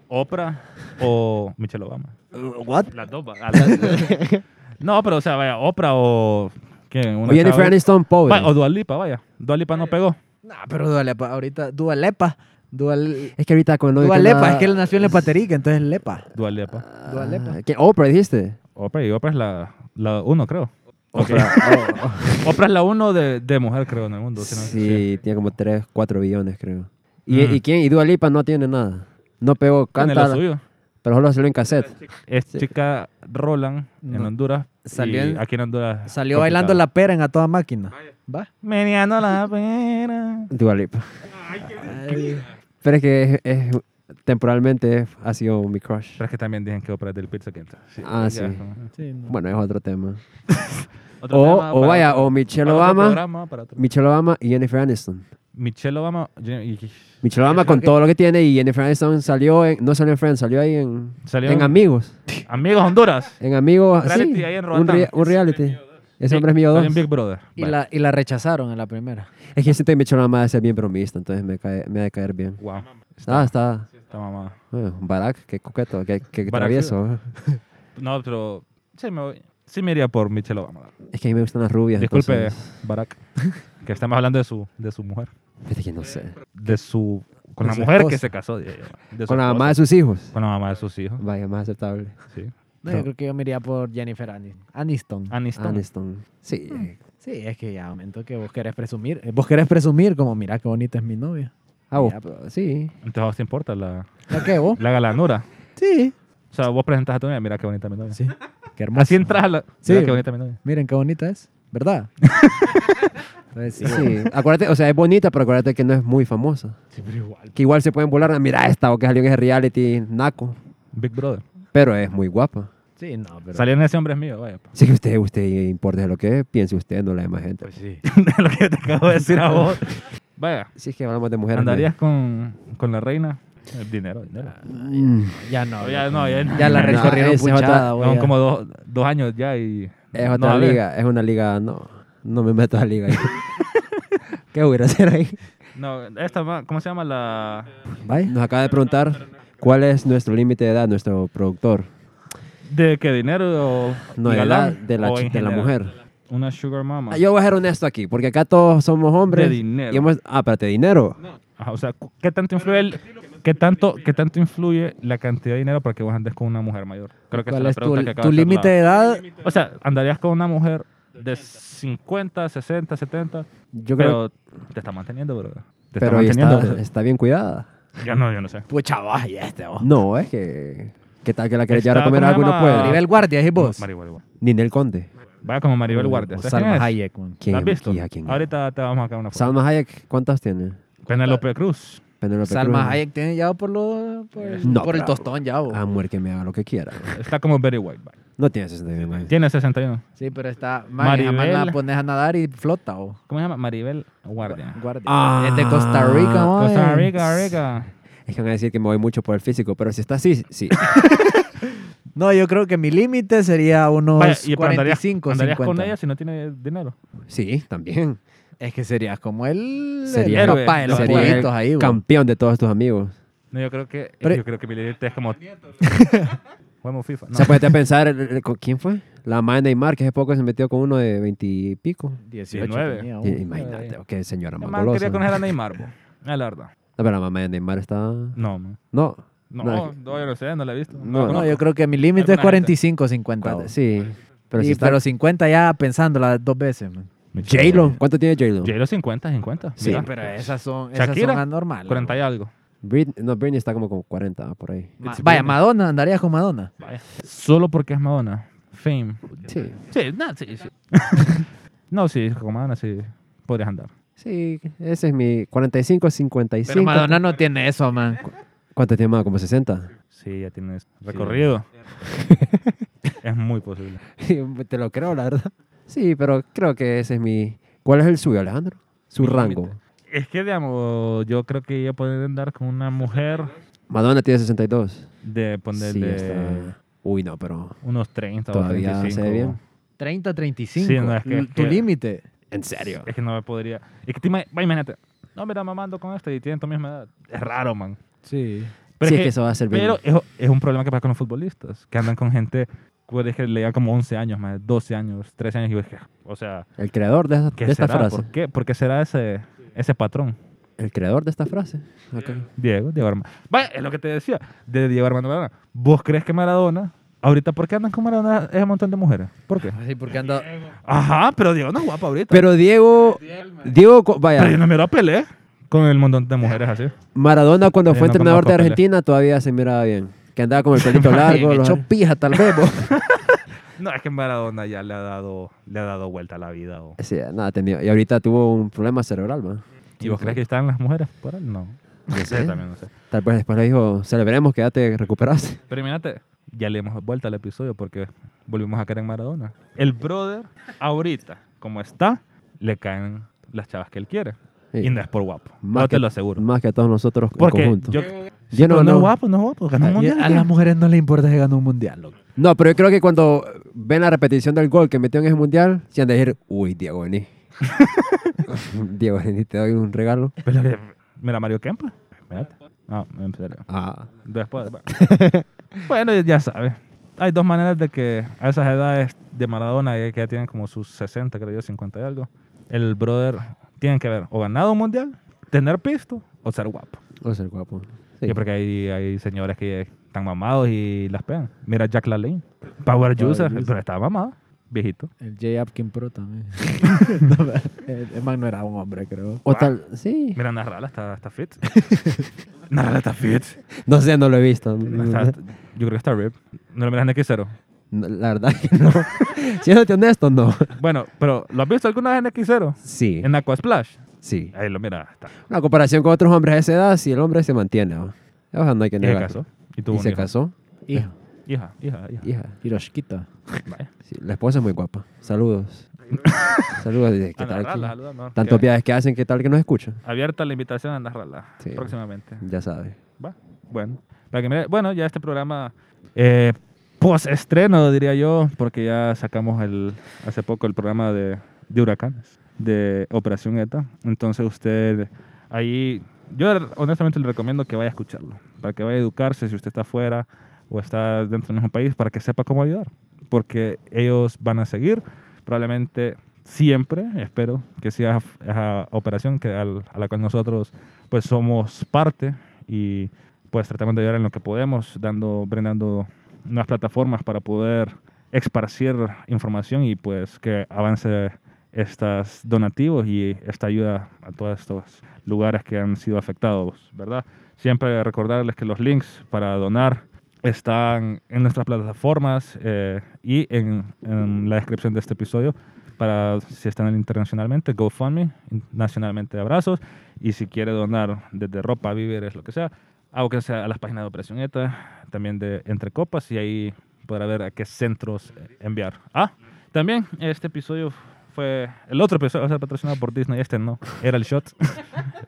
S2: Oprah o Michelle Obama.
S3: Uh, What?
S2: Las dos. va- a las- [LAUGHS] no, pero o sea, vaya, Oprah o. ¿Quién?
S4: O
S2: Una
S4: Jennifer
S2: chava-
S4: Aniston, pobre.
S2: Va- o Dua Lipa, vaya. Dua Lipa no pegó.
S3: Nah, pero Dua Lepa, ahorita, Dua Lepa. Dua, Dua
S4: Es que ahorita con lo que
S3: Lepa,
S4: anda-
S3: es que él nació en Lepaterica, entonces Lepa.
S2: Dua Lipa.
S4: Ah,
S3: Dua Lipa.
S4: ¿qué? Oprah, dijiste.
S2: Oprah y Oprah es la, la uno, creo.
S4: [LAUGHS] Oprah. oh, oh.
S2: Oprah es la uno de, de mujer, creo, en el mundo. si no-
S4: Sí, tiene como 3, 4 billones, creo. ¿Y,
S2: Mm.
S4: ¿Y quién? Y Dua Lipa no tiene nada. No pegó,
S2: Tiene
S4: canta,
S2: lo suyo.
S4: pero solo salió en cassette.
S2: Es chica Roland en
S3: No.
S2: Honduras.
S3: Salió
S2: y
S3: en-
S2: aquí en Honduras.
S3: Salió bailando la pera en a toda máquina. ¿Va?
S2: Meneando la pena.
S4: Dua Lipa. Pero es que es, es- temporalmente es- ha sido mi crush.
S2: Pero es que también dicen que Oprah es del pizza quinta.
S4: Ah, sí.
S3: Sí, no.
S4: Bueno, es otro tema.
S2: Otro
S4: o
S2: tema
S4: o
S2: para
S4: vaya,
S2: otro-
S4: o Michelle
S2: para otro
S4: Obama.
S2: programa, para otro-
S4: Michelle Obama y Jennifer Aniston.
S2: Michelle Obama. y- y-
S4: Michelle Obama con todo lo que tiene y Jennifer Aniston salió en, no salió en Friends, salió ahí en,
S2: Salió
S4: en
S2: en-
S4: Amigos.
S2: Amigos Honduras.
S4: En Amigos,
S2: Reality
S4: sí,
S2: ahí en
S4: un,
S2: Roatán.
S4: rea- un reality. Ese
S2: Sí,
S4: hombre es mío
S2: salió
S4: dos.
S2: en Big Brother.
S3: Y,
S2: Vale.
S3: la, y la rechazaron en la primera.
S4: Es que siento que Michelle Obama debe ser bien bromista, entonces me, cae, me ha de caer bien.
S2: Guau.
S4: Ah, está.
S2: Esta mamá.
S4: Bueno, Barack, qué coqueto, qué, qué
S2: Barack,
S4: travieso.
S2: No, pero sí me, voy- sí me iría por Michelle Obama.
S4: Es que a mí me gustan las rubias.
S2: Disculpe,
S4: entonces-
S2: Barack, [LAUGHS] que estamos hablando de su, de su mujer.
S4: Fíjate que no sé.
S2: De su... Con
S3: De
S2: la
S3: su
S2: mujer que
S3: esposa.
S2: se casó. diría yo. De su
S4: Con la
S2: esposa.
S4: mamá de sus hijos.
S2: Con la mamá de sus hijos.
S4: Vaya, más aceptable.
S2: Sí.
S3: No, yo creo que yo me iría por Jennifer Ani- Aniston.
S2: Aniston.
S4: Aniston. Sí.
S3: Mm.
S4: eh.
S3: Sí, es que ya momento que vos querés presumir. eh, Vos querés presumir como, mira qué bonita es mi novia.
S4: Ah, vos-
S3: Ya, pues.
S4: sí.
S2: Entonces a vos te importa la,
S3: ¿Ya qué
S4: [LAUGHS]
S3: vos?
S2: la galanura.
S3: Sí.
S2: O sea, vos presentas a tu novia, mira qué bonita mi novia.
S3: Sí. Qué hermoso.
S2: Así entras a la...
S3: Sí.
S2: Mira qué bonita mi novia.
S3: Miren qué bonita es. ¿Verdad? Pues sí.
S4: Sí. Acuérdate, o sea, es bonita, pero acuérdate que no es muy famosa.
S2: igual.
S4: Que igual se pueden volar. Mira esta, o que salió en ese reality naco.
S2: Big Brother.
S4: Pero es muy guapa.
S3: Sí, no, pero...
S2: Salió en ese hombre es mío, vaya. [LAUGHS] pa.
S4: Sí que usted, usted importa lo que piense usted, no la demás gente.
S3: Pues sí.
S2: Lo que yo te acabo de decir a vos. Vaya.
S4: Sí, es que hablamos de mujeres.
S2: ¿Andarías con, con la reina? Eh, Dinero, dinero.
S4: Mm.
S3: Ya no.
S2: No, ya no, ya no.
S3: Ya la
S4: No,
S3: recorrieron
S4: esa es otra-
S3: puchada, güey,
S2: Son
S3: ya.
S2: como dos, dos años ya y...
S4: Es
S2: no,
S4: otra
S2: a ver.
S4: liga, es una liga, no, no me meto a la liga. ahí. [LAUGHS] ¿Qué voy a ir a hacer ahí?
S2: No, esta, ma- ¿cómo se llama la...?
S4: Nos acaba de preguntar cuál es nuestro límite de edad, nuestro productor.
S2: ¿De qué dinero? O
S4: No,
S2: y
S4: de
S2: galán,
S4: edad, de la,
S2: o
S4: chi-
S2: en
S4: de la
S2: general?
S4: mujer.
S2: Una sugar mama.
S4: Ah, Yo voy a ser honesto aquí, porque acá todos somos hombres.
S2: De dinero.
S4: Y hemos, ah, espérate, dinero.
S2: Ajá, o sea, cu- ¿qué tanto influye el- qué tanto, qué tanto influye la cantidad de dinero para que vos andes con una mujer mayor? Creo que esa es
S3: ¿Cuál
S2: la
S3: es tu,
S2: pregunta que acaba
S3: tu
S2: de hacer
S3: límite
S2: Lau.
S3: de edad?
S2: O sea, andarías con una mujer de 50, 60, 70,
S4: Yo creo
S2: pero te está manteniendo, bro. Te
S4: pero ahí
S2: está
S4: está,
S2: manteniendo. bro.
S4: está bien cuidada.
S2: Yo no, yo no sé.
S3: Pucha, vaya este, vos.
S4: No, es que. ¿Qué tal que la querés
S2: Está,
S4: llevar a comer
S2: ¿cómo
S4: algo y
S2: se
S4: no
S2: llama?
S4: puede?
S3: Maribel Guardia, ¿es vos?
S2: Maribel, Guardia.
S4: Ninel Conde.
S2: Vaya como Maribel Guardia.
S3: O
S2: ¿Sabes
S3: Salma
S2: quién es?
S3: Hayek, man.
S2: ¿La
S4: Uh, ¿Quién?
S2: has visto?
S4: ¿Quién? ¿A quién?
S2: Ahorita te vamos a sacar una foto.
S4: Salma Hayek, ¿cuántas tiene?
S2: Penélope Cruz.
S4: Penélope
S3: Salma
S4: Cruz.
S3: Hayek tiene ya por, lo, por, el,
S4: No,
S3: por el
S4: claro.
S3: tostón ya, vos.
S4: Ah, mujer que me haga lo que quiera. güey.
S2: Está como Betty White. vaya.
S4: No tiene 61 años.
S2: Tiene 61.
S3: Sí, pero está... Man, esa man la
S2: Maribel.
S3: pones a nadar y flota, vos.
S2: ¿Cómo se llama? Maribel Guardia.
S3: Guardia.
S4: Ah.
S3: es de Costa Rica, vos.
S2: Costa Rica, Rica.
S4: Es que van a decir que me voy mucho por el físico, pero si está así, sí. [COUGHS]
S3: No, yo creo que mi límite sería unos
S2: Vaya, y pero andarías,
S3: 45,
S2: andarías
S3: 50.
S2: con ella si no tiene dinero.
S4: Sí, también.
S3: Es que serías como el,
S4: Sería
S3: el
S2: héroe,
S3: papá de los
S2: sería
S4: Sería el
S3: pollitos ahí, vos.
S4: campeón de todos tus amigos.
S2: No, yo creo que,
S3: Pero-
S2: yo creo que mi límite es como... Juego FIFA.
S4: O
S2: No.
S4: sea, ponete a pensar, el- el- con- ¿quién fue? La madre de Neymar, que hace poco se metió con uno de 20 y pico.
S2: 19.
S3: tenía, vos.
S4: Y- Imagínate, qué señora
S2: Yo
S4: más
S2: más
S4: golosa.
S2: quería
S4: No,
S2: conocer a Neymar, bo. Ah, la verdad.
S4: pero la mamá de Neymar está...
S2: No, man.
S4: No.
S2: no,
S4: No,
S2: no,
S4: es
S2: yo no sé, no la he visto.
S4: No,
S2: la
S3: No,
S2: conozco.
S3: yo creo que mi límite es
S2: Alguna
S3: 45, 50.
S4: Cuánta-
S3: vos.
S4: Sí, pero
S3: Y-
S4: si está...
S3: pero 50 ya pensándola dos veces, man.
S2: Mi chico.
S4: J-Lo, ¿cuánto tiene J-Lo?
S2: J-Lo 50, 50.
S4: Sí,
S2: mira.
S3: Pero esas son, esas son
S2: Shakira,
S3: anormales.
S2: 40 y algo.
S4: Brit- no, Britney está como con 40, por ahí.
S3: Ma- Ah, Vaya, Madonna, andarías con Madonna.
S2: Vaya. Solo porque es Madonna. Fame.
S4: Sí,
S2: Sí, no, sí, sí. no, sí, con Madonna sí podrías andar.
S4: sí, ese es mi 45, 55.
S3: Pero Madonna no tiene eso, man.
S4: ¿Cuánto tiene más? ¿Como 60?
S2: Sí, ya tienes recorrido. es muy posible.
S4: Te lo creo, la verdad. Sí, pero creo que ese es mi... ¿Cuál es el suyo, Alejandro? Su
S2: Mi
S4: rango.
S2: límite. Es que, digamos, yo creo que ella puede andar con una mujer
S4: Madonna tiene 62.
S2: de poner
S4: Sí,
S2: de
S4: está... Uy, no, pero...
S2: unos 30
S4: Todavía
S2: o
S4: se ve
S2: 35.
S4: bien.
S3: 30, 35.
S2: Sí, no, es que-
S3: L- tu
S2: que-
S3: límite.
S4: En serio.
S2: Es que no me podría. Es que te ima- va, imagínate. No, mira, mamando con esto y tienen tu misma edad. Es raro, man.
S3: Sí.
S4: Sí, es que eso va a ser bien.
S2: Pero es, es un problema que pasa con los futbolistas, que andan con gente pues, es que le llevan como 11 años, más 12 años, 13 años. Y es que, o sea,
S4: El creador de, esa-
S2: ¿qué
S4: de esta
S2: será? pues?
S4: frase.
S2: ¿Por qué? ¿Por qué será ese, ese patrón?
S4: El creador de esta frase. Ok.
S2: Diego, Diego Armando. Vaya, es lo que te decía, de Diego Armando Maradona. ¿Vos crees que Maradona, ahorita, por qué andan con Maradona es un montón de mujeres? ¿Por qué?
S3: Sí, porque anda...
S2: Ajá, pero Diego no es guapo ahorita.
S4: Pero Diego... Diego, cu-
S2: Pero yo
S4: vaya,
S2: no me lo peleé con el montón de mujeres así.
S4: Maradona cuando
S2: Pero
S4: fue
S2: no
S4: entrenador de
S2: conozco,
S4: Argentina todavía se miraba bien. Que andaba con
S2: [LAUGHS]
S4: el pelito largo.
S3: me
S4: los-
S3: echó pija, tal vez, vos.
S2: No, es que Maradona ya le ha dado, le ha dado vuelta a la vida. o-
S4: Sí, nada, tenía. Y ahorita tuvo un problema cerebral, ¿va?
S2: ¿Y vos crees que están las mujeres por él? No.
S4: No
S2: Sí,
S4: sé.
S2: también no sé.
S4: Tal vez después le dijo, celebremos que ya te recuperaste.
S2: Pero imagínate, ya le hemos vuelta al episodio porque volvimos a caer en Maradona. El brother, ahorita, como está, le caen las chavas que él quiere.
S4: Sí.
S2: Y no es por guapo.
S4: Más
S2: Yo
S4: que-
S2: te lo aseguro.
S4: Más que a todos nosotros en
S2: Porque
S4: conjunto.
S2: yo,
S4: Yo
S2: Sí,
S4: no-
S2: pues no,
S4: no.
S2: es guapo, no es guapo. Ganó un
S3: Y
S2: mundial.
S3: a
S2: ¿qué?
S3: las mujeres no les importa si ganó un mundial, loco.
S4: No, pero yo creo que cuando ven la repetición del gol que metió en ese mundial, se han de decir, uy, Diego Vení. [LAUGHS] Diego Vení, te doy un regalo.
S2: Pero que- Mira, Mario Kempa. Espérate. No, en serio.
S4: Ah,
S2: Después. bueno. [LAUGHS] bueno, ya sabes. Hay dos maneras de que a esas edades de Maradona, eh, que ya tienen como sus 60, creo yo, 50 y algo, el brother tienen que ver o ganado un mundial, tener pisto o ser guapo.
S4: o ser guapo. Sí.
S2: Yo Porque hay, hay señores que están mamados y las pegan. Mira Jack LaLanne, Power,
S3: Power
S2: User,
S3: user.
S2: pero estaba mamado, viejito.
S3: El J. Apkin Pro también. No, pero [LAUGHS] el, el man no era un hombre, creo.
S2: ah,
S4: O tal, sí.
S2: Mira Narrala, está, está
S4: [LAUGHS]
S2: fit. Narrala está fit.
S4: No sé, no lo he
S2: [LAUGHS]
S4: visto.
S2: Está- yo creo que está rip. No lo miras en X0.
S4: No, la verdad que no. [LAUGHS] Siéndote honesto, no.
S2: Bueno, pero ¿lo has visto alguna vez en X0?
S4: Sí,
S2: En Aqua Splash.
S4: sí.
S2: Ahí lo mira, está.
S4: Una comparación con otros hombres de esa edad, si el hombre se mantiene. ¿no? O sea, no hay que
S2: Y se
S4: negar.
S2: casó. Y tuvo
S4: Y
S2: un
S4: se
S2: hijo.
S4: casó.
S3: Hijo.
S2: Hija, hija, hija.
S4: Hija.
S3: Hiroshikita.
S2: Vaya.
S4: Sí, la esposa es muy guapa.
S2: [LAUGHS]
S4: Saludos. Saludos. dice, ¿Qué
S2: A
S4: tal?
S2: Narrala,
S4: que-
S2: saluda, no,
S4: Tantos
S2: que-
S4: viajes que hacen, ¿qué tal que nos escuchan?
S2: Abierta la invitación a Narrala
S4: Sí.
S2: próximamente.
S4: Ya sabes.
S2: Va, bueno. Para que mire- bueno, ya este programa eh, post estreno, diría yo, porque ya sacamos el, hace poco el programa de, de huracanes, de Operación ETA. Entonces usted ahí, yo honestamente le recomiendo que vaya a escucharlo, para que vaya a educarse si usted está afuera o está dentro de un país, para que sepa cómo ayudar, porque ellos van a seguir probablemente siempre, espero que sea esa operación que al- a la cual nosotros pues somos parte y pues tratamos de ayudar en lo que podemos, dando, brindando nuevas plataformas para poder esparcir información y pues que avance estos donativos y esta ayuda a todos estos lugares que han sido afectados, ¿verdad? Siempre recordarles que los links para donar están en nuestras plataformas eh, y en, en la descripción de este episodio para si están internacionalmente, GoFundMe, nacionalmente abrazos, y si quiere donar desde ropa, víveres, lo que sea, aunque sea a las páginas de Operación ETA, también de Entre Copas, y ahí podrá ver a qué centros eh, enviar. Ah, también este episodio fue, el otro episodio va a ser patrocinado por Disney, este no, era el shot,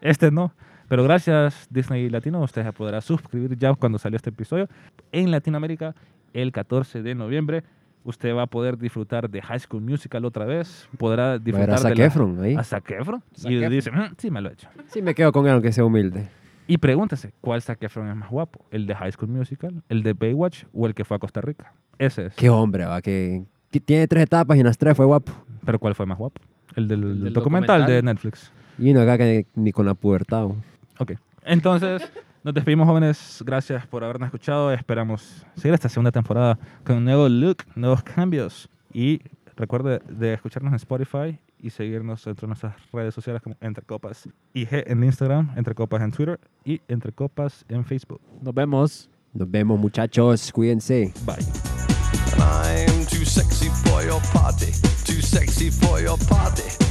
S2: este no. Pero gracias Disney Latino, usted se podrá suscribir ya cuando salió este episodio. En Latinoamérica, el 14 de noviembre, usted va a poder disfrutar de High School Musical otra vez. Podrá disfrutar
S4: a Zac
S2: de la-
S4: Efron ahí.
S2: a Zac Efron.
S5: Zac
S2: Y
S5: Efron.
S2: dice, "Mm, sí, me lo he hecho.
S4: Sí, me quedo con él, aunque sea humilde.
S2: Y pregúntese, ¿cuál Zac Efron es más guapo? ¿El de High School Musical? ¿El de Baywatch? ¿O el que fue a Costa Rica? Ese es.
S4: Qué hombre, va, que, que tiene tres etapas y en las tres fue guapo.
S2: ¿Pero cuál fue más guapo? El del,
S5: del
S2: documental, de
S5: documental.
S2: Netflix.
S4: Y uno acá que ni con la pubertad. bo.
S2: Ok. Entonces, [LAUGHS] nos despedimos, jóvenes. Gracias por habernos escuchado. Esperamos seguir esta segunda temporada con un nuevo look, nuevos cambios. Y recuerde de escucharnos en Spotify y seguirnos entre nuestras redes sociales como Entre Copas IG en Instagram, Entre Copas en Twitter y Entre Copas en Facebook.
S3: Nos vemos.
S4: Nos vemos, muchachos. Cuídense.
S2: Bye.
S6: I'm too sexy for your party, too sexy for your party,